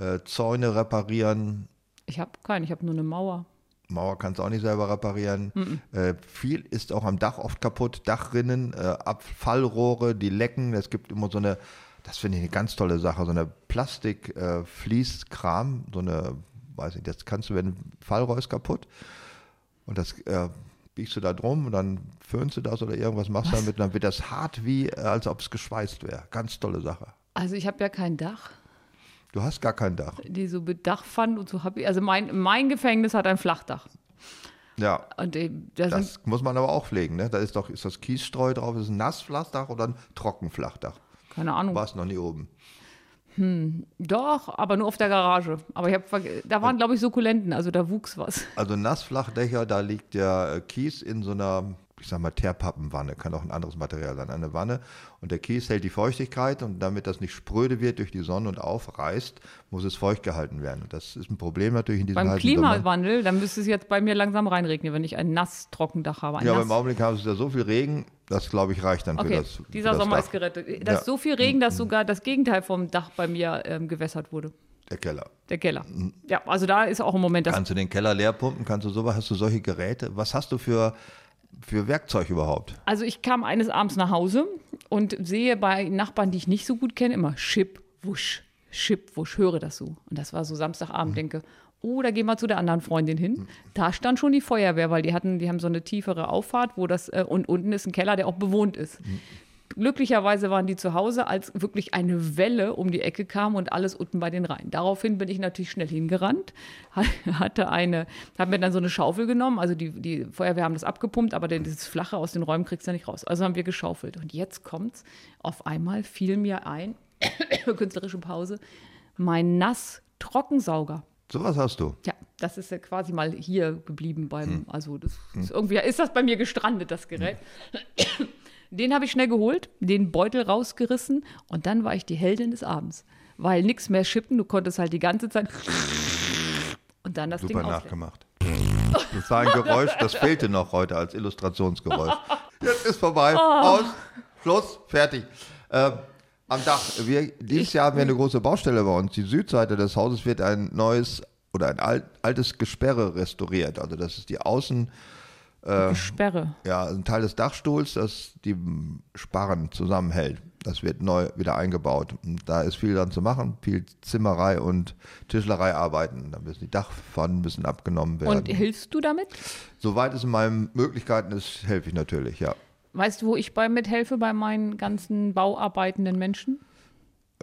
Äh, Zäune reparieren,
ich habe keinen, ich habe nur eine Mauer.
Mauer kannst du auch nicht selber reparieren. Äh, viel ist auch am Dach oft kaputt. Dachrinnen, äh, Abfallrohre, die lecken. Es gibt immer so eine, das finde ich eine ganz tolle Sache, so eine Plastik-Fließkram, äh, Fließkram, so eine, weiß nicht, das kannst du, wenn Fallrohr ist kaputt und das äh, biegst du da drum und dann föhnst du das oder irgendwas machst damit, dann wird das hart wie, äh, als ob es geschweißt wäre. Ganz tolle Sache.
Also ich habe ja kein Dach,
Du hast gar kein Dach.
die so Bedachpfannen und so habe ich. Also mein, mein Gefängnis hat ein Flachdach.
Ja.
Und äh, da sind
Das muss man aber auch pflegen, ne? Da ist doch, ist das Kiesstreu drauf, ist es ein Nassflachdach oder ein Trockenflachdach?
keine Ahnung.
War es noch nie oben.
Doch, aber nur auf der Garage. Aber ich hab, verge- da waren, glaube ich, Sukkulenten, also da wuchs was.
Also Nassflachdächer, da liegt der äh, Kies in so einer, ich sag mal, Teerpappenwanne, kann auch ein anderes Material sein, eine Wanne. Und der Kies hält die Feuchtigkeit und damit das nicht spröde wird durch die Sonne und aufreißt, muss es feucht gehalten werden. Und das ist ein Problem natürlich in diesem
Beim
heißen Sommer.
Klimawandel, dann müsste es jetzt bei mir langsam reinregnen, wenn ich ein nass Trockendach habe. Ein
Ja, aber im
nass.
Augenblick haben sie da so viel Regen, das glaube ich reicht dann für
Okay,
das.
dieser
für das
Sommer
Dach,
ist gerettet. Da ist
Ja. Mhm.
so viel Regen, dass sogar das Gegenteil vom Dach bei mir ähm, gewässert wurde.
Der Keller.
Der Keller.
Mhm.
Ja, also da ist auch im Moment das.
Kannst du den Keller leer pumpen? Kannst du sowas? Hast du solche Geräte? Was hast du für, für Werkzeug überhaupt?
Also ich kam eines Abends nach Hause und sehe bei Nachbarn, die ich nicht so gut kenne, immer Schip, Wusch, Schipwusch, höre das so. Und das war so Samstagabend, denke, oh, da gehen wir zu der anderen Freundin hin. Da stand schon die Feuerwehr, weil die hatten, die haben so eine tiefere Auffahrt, wo das, äh, und unten ist ein Keller, der auch bewohnt ist. Glücklicherweise waren die zu Hause, als wirklich eine Welle um die Ecke kam und alles unten bei den Rhein. Daraufhin bin ich natürlich schnell hingerannt, hatte eine, habe mir dann so eine Schaufel genommen. Also die, die Feuerwehr haben das abgepumpt, aber denn dieses Flache aus den Räumen kriegst du ja nicht raus. Also haben wir geschaufelt. Und jetzt kommt's. Auf einmal fiel mir ein, künstlerische Pause, mein Nass-Trockensauger.
Sowas hast du.
Ja, das ist ja quasi mal hier geblieben beim,
Hm.
also das ist irgendwie ist das bei mir gestrandet, das Gerät.
Hm.
Den habe ich schnell geholt, den Beutel rausgerissen und dann war ich die Heldin des Abends. Weil nichts mehr schippen, du konntest halt die ganze Zeit und dann das
Super
Ding ausleeren.
nachgemacht. Das war ein Geräusch, das fehlte noch heute als Illustrationsgeräusch. Jetzt ist vorbei.
Oh.
Aus, Schluss, fertig. Ähm, am Dach. Wir, dieses Jahr haben wir eine große Baustelle bei uns. Die Südseite des Hauses wird ein neues oder ein alt, altes Gesperre restauriert. Also das ist die Außen,
Sperre.
ja, also ein Teil des Dachstuhls, das die Sparren zusammenhält. Das wird neu wieder eingebaut. Und da ist viel dann zu machen, viel Zimmerei und Tischlerei arbeiten. Da müssen die Dachpfannen müssen abgenommen werden.
Und hilfst du damit?
Soweit es in meinen Möglichkeiten ist, helfe ich natürlich, ja.
Weißt du, wo ich bei mithelfe bei meinen ganzen bauarbeitenden Menschen?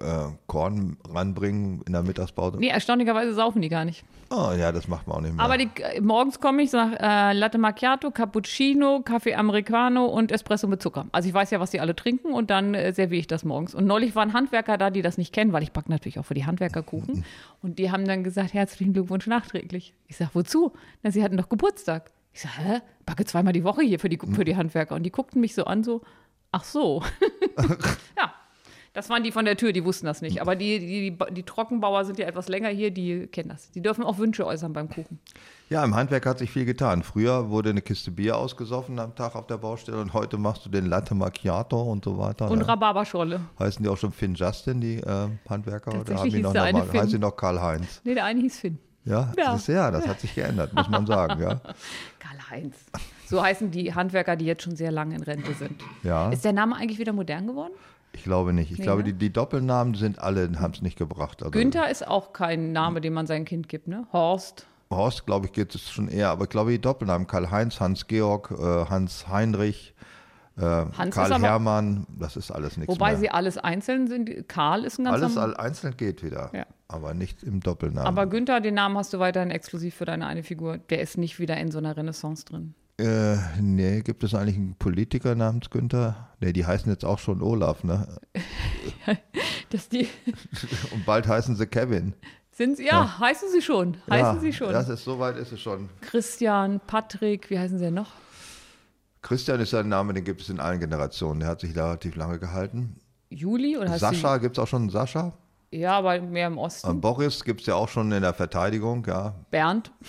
Äh, Korn ranbringen in der Mittagspause.
Nee, erstaunlicherweise saufen die gar nicht.
Oh ja, das macht man auch nicht mehr.
Aber die, äh, morgens komme ich, sage äh, Latte Macchiato, Cappuccino, Kaffee Americano und Espresso mit Zucker. Also ich weiß ja, was die alle trinken und dann äh, serviere ich das morgens. Und neulich waren Handwerker da, die das nicht kennen, weil ich backe natürlich auch für die Handwerker Kuchen. Und die haben dann gesagt, herzlichen Glückwunsch nachträglich. Ich sage, wozu? Na, sie hatten doch Geburtstag. Ich sage, hä? Backe zweimal die Woche hier für die, für die Handwerker. Und die guckten mich so an, so, ach so. ja. Das waren die von der Tür, die wussten das nicht. Aber die, die, die, die Trockenbauer sind ja etwas länger hier, die kennen das. Die dürfen auch Wünsche äußern beim Kuchen.
ja, im Handwerk hat sich viel getan. Früher wurde eine Kiste Bier ausgesoffen am Tag auf der Baustelle und heute machst du den Latte Macchiato und so weiter.
Und
ja.
Rhabarberschorle.
Heißen die auch schon Finn Justin, die äh, Handwerker? Oder
Tatsächlich
haben die
hieß
noch
der eine
normal-
Finn.
heißen die noch Karl-Heinz?
Nee, der eine hieß Finn.
Ja,
Ja.
Das, ist, ja, das hat sich geändert, muss man sagen. Ja.
Karl-Heinz. So heißen die Handwerker, die jetzt schon sehr lange in Rente sind.
Ja.
Ist der Name eigentlich wieder modern geworden?
Ich glaube nicht. Ich
Nee,
glaube,
ne?
die, die Doppelnamen sind alle, haben es nicht gebracht. Also,
Günther ist auch kein Name, den man seinem Kind gibt, ne? Horst.
Horst, glaube ich, geht es schon eher, aber ich glaube, die Doppelnamen Karl-Heinz, Hans-Georg, äh, Hans-Heinrich, äh,
Hans ist
Karl
aber-
Hermann, das ist alles nichts
Wobei
mehr.
sie alles einzeln sind. Karl ist ein ganz
alles
norm-
all- einzeln geht wieder,
Ja.
aber nicht im Doppelnamen.
Aber Günther, den Namen hast du weiterhin exklusiv für deine eine Figur. Der ist nicht wieder in so einer Renaissance drin.
äh, nee, gibt es eigentlich einen Politiker namens Günther? Nee, die heißen jetzt auch schon Olaf, ne?
Das die,
Und bald heißen sie Kevin.
sind sie, ja, heißen sie schon. Heißen
ja,
sie schon.
Das ist, soweit ist es schon.
Christian, Patrick, wie heißen sie denn noch?
Christian ist ein Name, den gibt es in allen Generationen. Der hat sich relativ lange gehalten.
Juli oder heißt
Sascha, gibt es auch schon einen Sascha?
Sie, ja, aber mehr im Osten.
Und Boris gibt es ja auch schon in der Verteidigung, ja.
Bernd.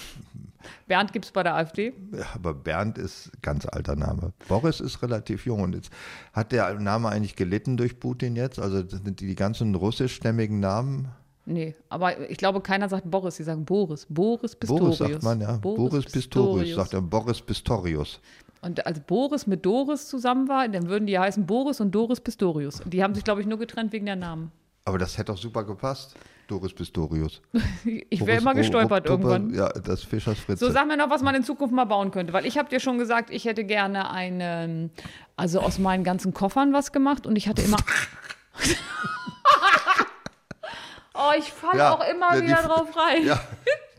Bernd gibt es bei der AfD.
Ja, Aber Bernd ist ganz alter Name. Boris ist relativ jung. Und jetzt hat der Name eigentlich gelitten durch Putin jetzt? Also das sind die, die ganzen russischstämmigen Namen.
Nee, aber ich glaube, keiner sagt Boris, sie sagen Boris. Boris Pistorius.
Boris sagt man, ja. Boris, Pistorius, sagt er. Boris Pistorius.
Und als Boris mit Doris zusammen war, dann würden die ja heißen Boris und Doris Pistorius. Und die haben sich, glaube ich, nur getrennt wegen der Namen.
Aber das hätte auch super gepasst. Doris Pistorius.
Ich wäre
Boris
immer
Ru-
gestolpert
Rupp-Tuppe,
irgendwann.
Ja, das Fischers Fritze.
So, sag mir noch, was man in Zukunft mal bauen könnte. Weil ich habe dir schon gesagt, ich hätte gerne einen, also aus meinen ganzen Koffern was gemacht und ich hatte immer. oh, ich falle
Ja,
auch immer
ja, die-
wieder drauf rein.
ja.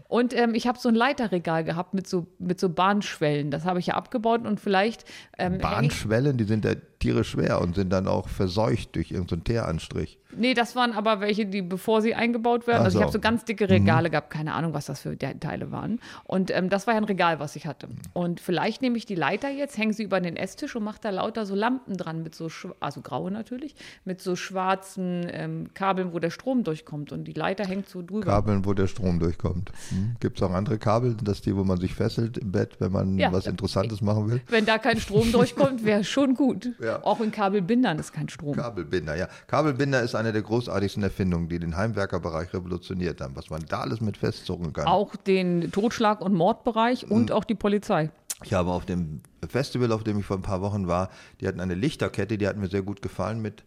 Und ähm, ich habe so ein Leiterregal gehabt mit so, mit so Bahnschwellen. Das habe ich ja abgebaut und vielleicht. Ähm, häng ich,
Bahnschwellen, die sind ja Tiere schwer und sind dann auch verseucht durch irgendeinen Teeranstrich.
nee, das waren aber welche, die bevor sie eingebaut werden.
Ach
Also ich
so.
habe so ganz dicke Regale gehabt, keine Ahnung, was das für Te- Teile waren. Und ähm, das war ja ein Regal, was ich hatte. Und vielleicht nehme ich die Leiter jetzt, hänge sie über den Esstisch und mache da lauter so Lampen dran, mit so schw- also graue natürlich, mit so schwarzen ähm, Kabeln, wo der Strom durchkommt. Und die Leiter hängt so drüber.
Kabeln, wo der Strom durchkommt. Hm? Gibt es auch andere Kabel, Sind das die, wo man sich fesselt im Bett, wenn man
Ja.
was Interessantes machen will?
Wenn da kein Strom durchkommt, wäre schon gut.
Ja.
Auch in Kabelbindern ist kein Strom.
Kabelbinder, ja. Kabelbinder ist eine der großartigsten Erfindungen, die den Heimwerkerbereich revolutioniert haben, was man da alles mit festzucken kann.
auch den Totschlag- und
Mhm.
Mordbereich und auch die Polizei.
Ich habe auf dem Festival, auf dem ich vor ein paar Wochen war, die hatten eine Lichterkette, die hat mir sehr gut gefallen mit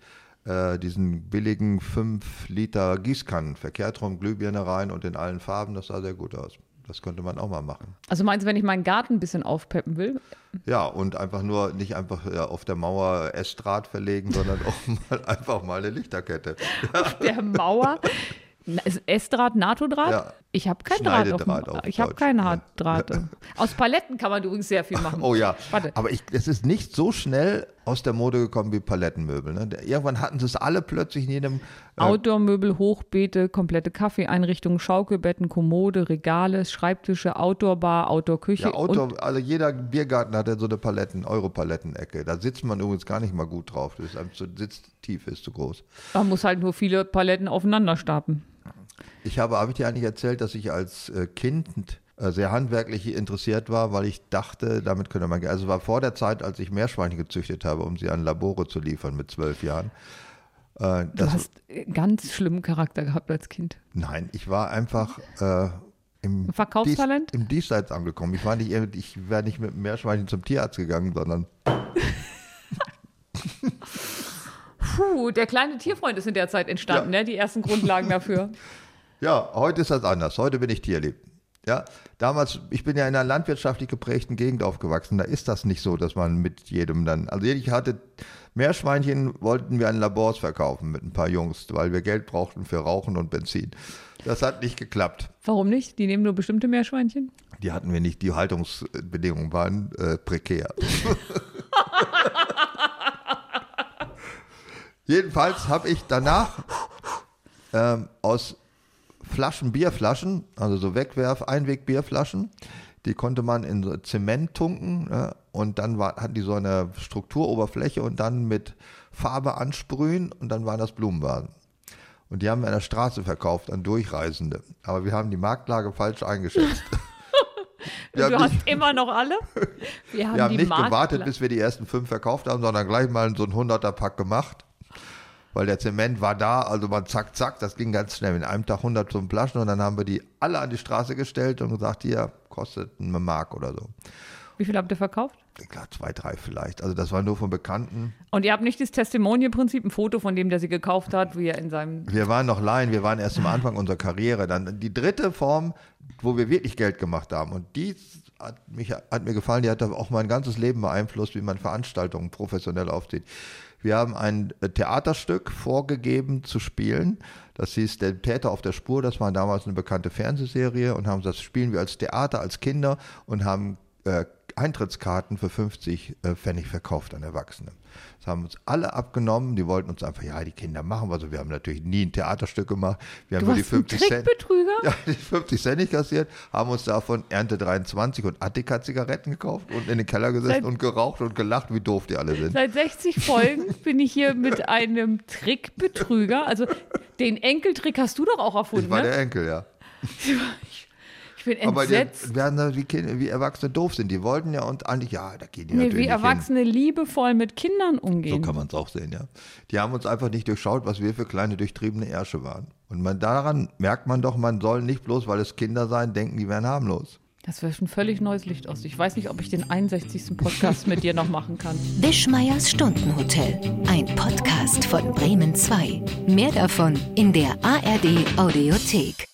äh, diesen billigen 5 Liter Gießkannen, verkehrt rum, Glühbirne rein und in allen Farben, das sah sehr gut aus. Das könnte man auch mal machen.
Also meinst du, wenn ich meinen Garten ein bisschen aufpeppen will?
Ja, und einfach nur, nicht einfach ja, auf der Mauer Essdraht verlegen, sondern auch mal, einfach mal eine Lichterkette.
Auf der Mauer? Na, ist Essdraht, NATO-Draht?
Ja.
Ich habe keinen Draht. Auf,
Schneidedraht
dem-
auf
ich habe
Deutsch.
keine
Ja.
Hart- Drähte. Aus Paletten kann man übrigens sehr viel machen.
Oh ja,
Warte.
aber ich, es ist nicht so schnell aus der Mode gekommen wie Palettenmöbel. Ne? Der- Irgendwann hatten sie es alle plötzlich in jedem äh,
Outdoor-Möbel, Hochbeete, komplette Kaffeeeinrichtungen, Schaukelbetten, Kommode, Regale, Schreibtische, Outdoor-Bar, Outdoor-Küche.
ja, Outdoor, also jeder Biergarten hatte so eine Paletten, Euro-Palettenecke. Da sitzt man übrigens gar nicht mal gut drauf. Das ist einem zu sitztief, ist zu groß.
Und man muss halt nur viele Paletten aufeinander stapeln.
Ich habe, habe ich dir eigentlich erzählt, dass ich als äh, Kind äh, sehr handwerklich interessiert war, weil ich dachte, damit könnte man. Also war vor der Zeit, als ich Meerschweinchen gezüchtet habe, um sie an Labore zu liefern mit zwölf Jahren. Äh,
Du
das,
hast äh, ganz schlimmen Charakter gehabt als Kind.
Nein, ich war einfach äh, im,
Ein Verkaufstalent?
Dies, im Diesseits angekommen. Ich war nicht, ich wäre nicht mit dem Meerschweinchen zum Tierarzt gegangen, sondern
Puh, der kleine Tierfreund ist in der Zeit entstanden, ne? Die ersten Grundlagen dafür.
ja, heute ist das anders. Heute bin ich tierlieb. Ja, damals, ich bin ja in einer landwirtschaftlich geprägten Gegend aufgewachsen. Da ist das nicht so, dass man mit jedem dann. Also ich hatte Meerschweinchen wollten wir an Labors verkaufen mit ein paar Jungs, weil wir Geld brauchten für Rauchen und Benzin. Das hat nicht geklappt.
Warum nicht? Die nehmen nur bestimmte Meerschweinchen.
Die hatten wir nicht. Die Haltungsbedingungen waren äh, prekär. Jedenfalls habe ich danach ähm, aus Flaschen, Bierflaschen, also so Wegwerf, Einwegbierflaschen, die konnte man in so Zement tunken ne? und dann war, hatten die so eine Strukturoberfläche und dann mit Farbe ansprühen und dann waren das Blumenvasen. Und die haben wir an der Straße verkauft an Durchreisende. Aber wir haben die Marktlage falsch eingeschätzt. Wir
du
haben
hast immer noch alle. Wir haben,
Wir haben
die
nicht
Markt-
gewartet, bis wir die ersten fünf verkauft haben, sondern gleich mal so ein 100er-Pack gemacht. Weil der Zement war da, also man zack, zack, das ging ganz schnell. In einem Tag 100 zum Flaschen und dann haben wir die alle an die Straße gestellt und gesagt, hier, kostet eine Mark oder so.
Wie viel habt ihr verkauft?
Klar, zwei, drei vielleicht. Also das war nur von Bekannten.
Und ihr habt nicht das Testimonial-Prinzip, ein Foto von dem, der sie gekauft hat, wie er in seinem.
Wir waren noch Laien, wir waren erst am Anfang unserer Karriere. Dann die dritte Form, wo wir wirklich Geld gemacht haben. Und die hat, mich, hat mir gefallen, die hat auch mein ganzes Leben beeinflusst, wie man Veranstaltungen professionell aufzieht. Wir haben ein Theaterstück vorgegeben zu spielen. Das hieß Der Täter auf der Spur. Das war damals eine bekannte Fernsehserie und haben das spielen wir als Theater, als Kinder und haben äh, Eintrittskarten für 50 äh, Pfennig verkauft an Erwachsene. Das haben uns alle abgenommen. Die wollten uns einfach, ja, die Kinder machen was. Und Wir haben natürlich nie ein Theaterstück gemacht. Wir haben
Du
nur die
warst ein
50 Cent.
Trickbetrüger?
Ja, die 50 Cent nicht kassiert, haben uns davon Ernte 23 und Attika-Zigaretten gekauft und in den Keller gesessen
Seit-
und geraucht und gelacht, wie doof die alle sind.
Seit 60 Folgen bin ich hier mit einem Trickbetrüger. Also den Enkeltrick hast du doch auch erfunden,
Ich war
ne?
der Enkel, ja.
Ich bin
Aber die
entsetzt.
werden da wie, Kinder, wie Erwachsene doof sind. Die wollten ja und eigentlich, ja, da gehen die
Nee,
natürlich
wie
nicht hin.
Erwachsene liebevoll mit Kindern
So
umgehen.
kann man es auch sehen, ja. Die haben uns einfach nicht durchschaut, was wir für kleine durchtriebene Ärsche waren. Und man, daran merkt man doch, man soll nicht bloß, weil es Kinder sein, denken, die wären harmlos.
das wirft ein völlig neues Licht aus. Ich weiß nicht, ob ich den 61. Podcast mit dir noch machen kann.
Wischmeiers Stundenhotel. Ein Podcast von Bremen 2. Mehr davon in der ARD Audiothek.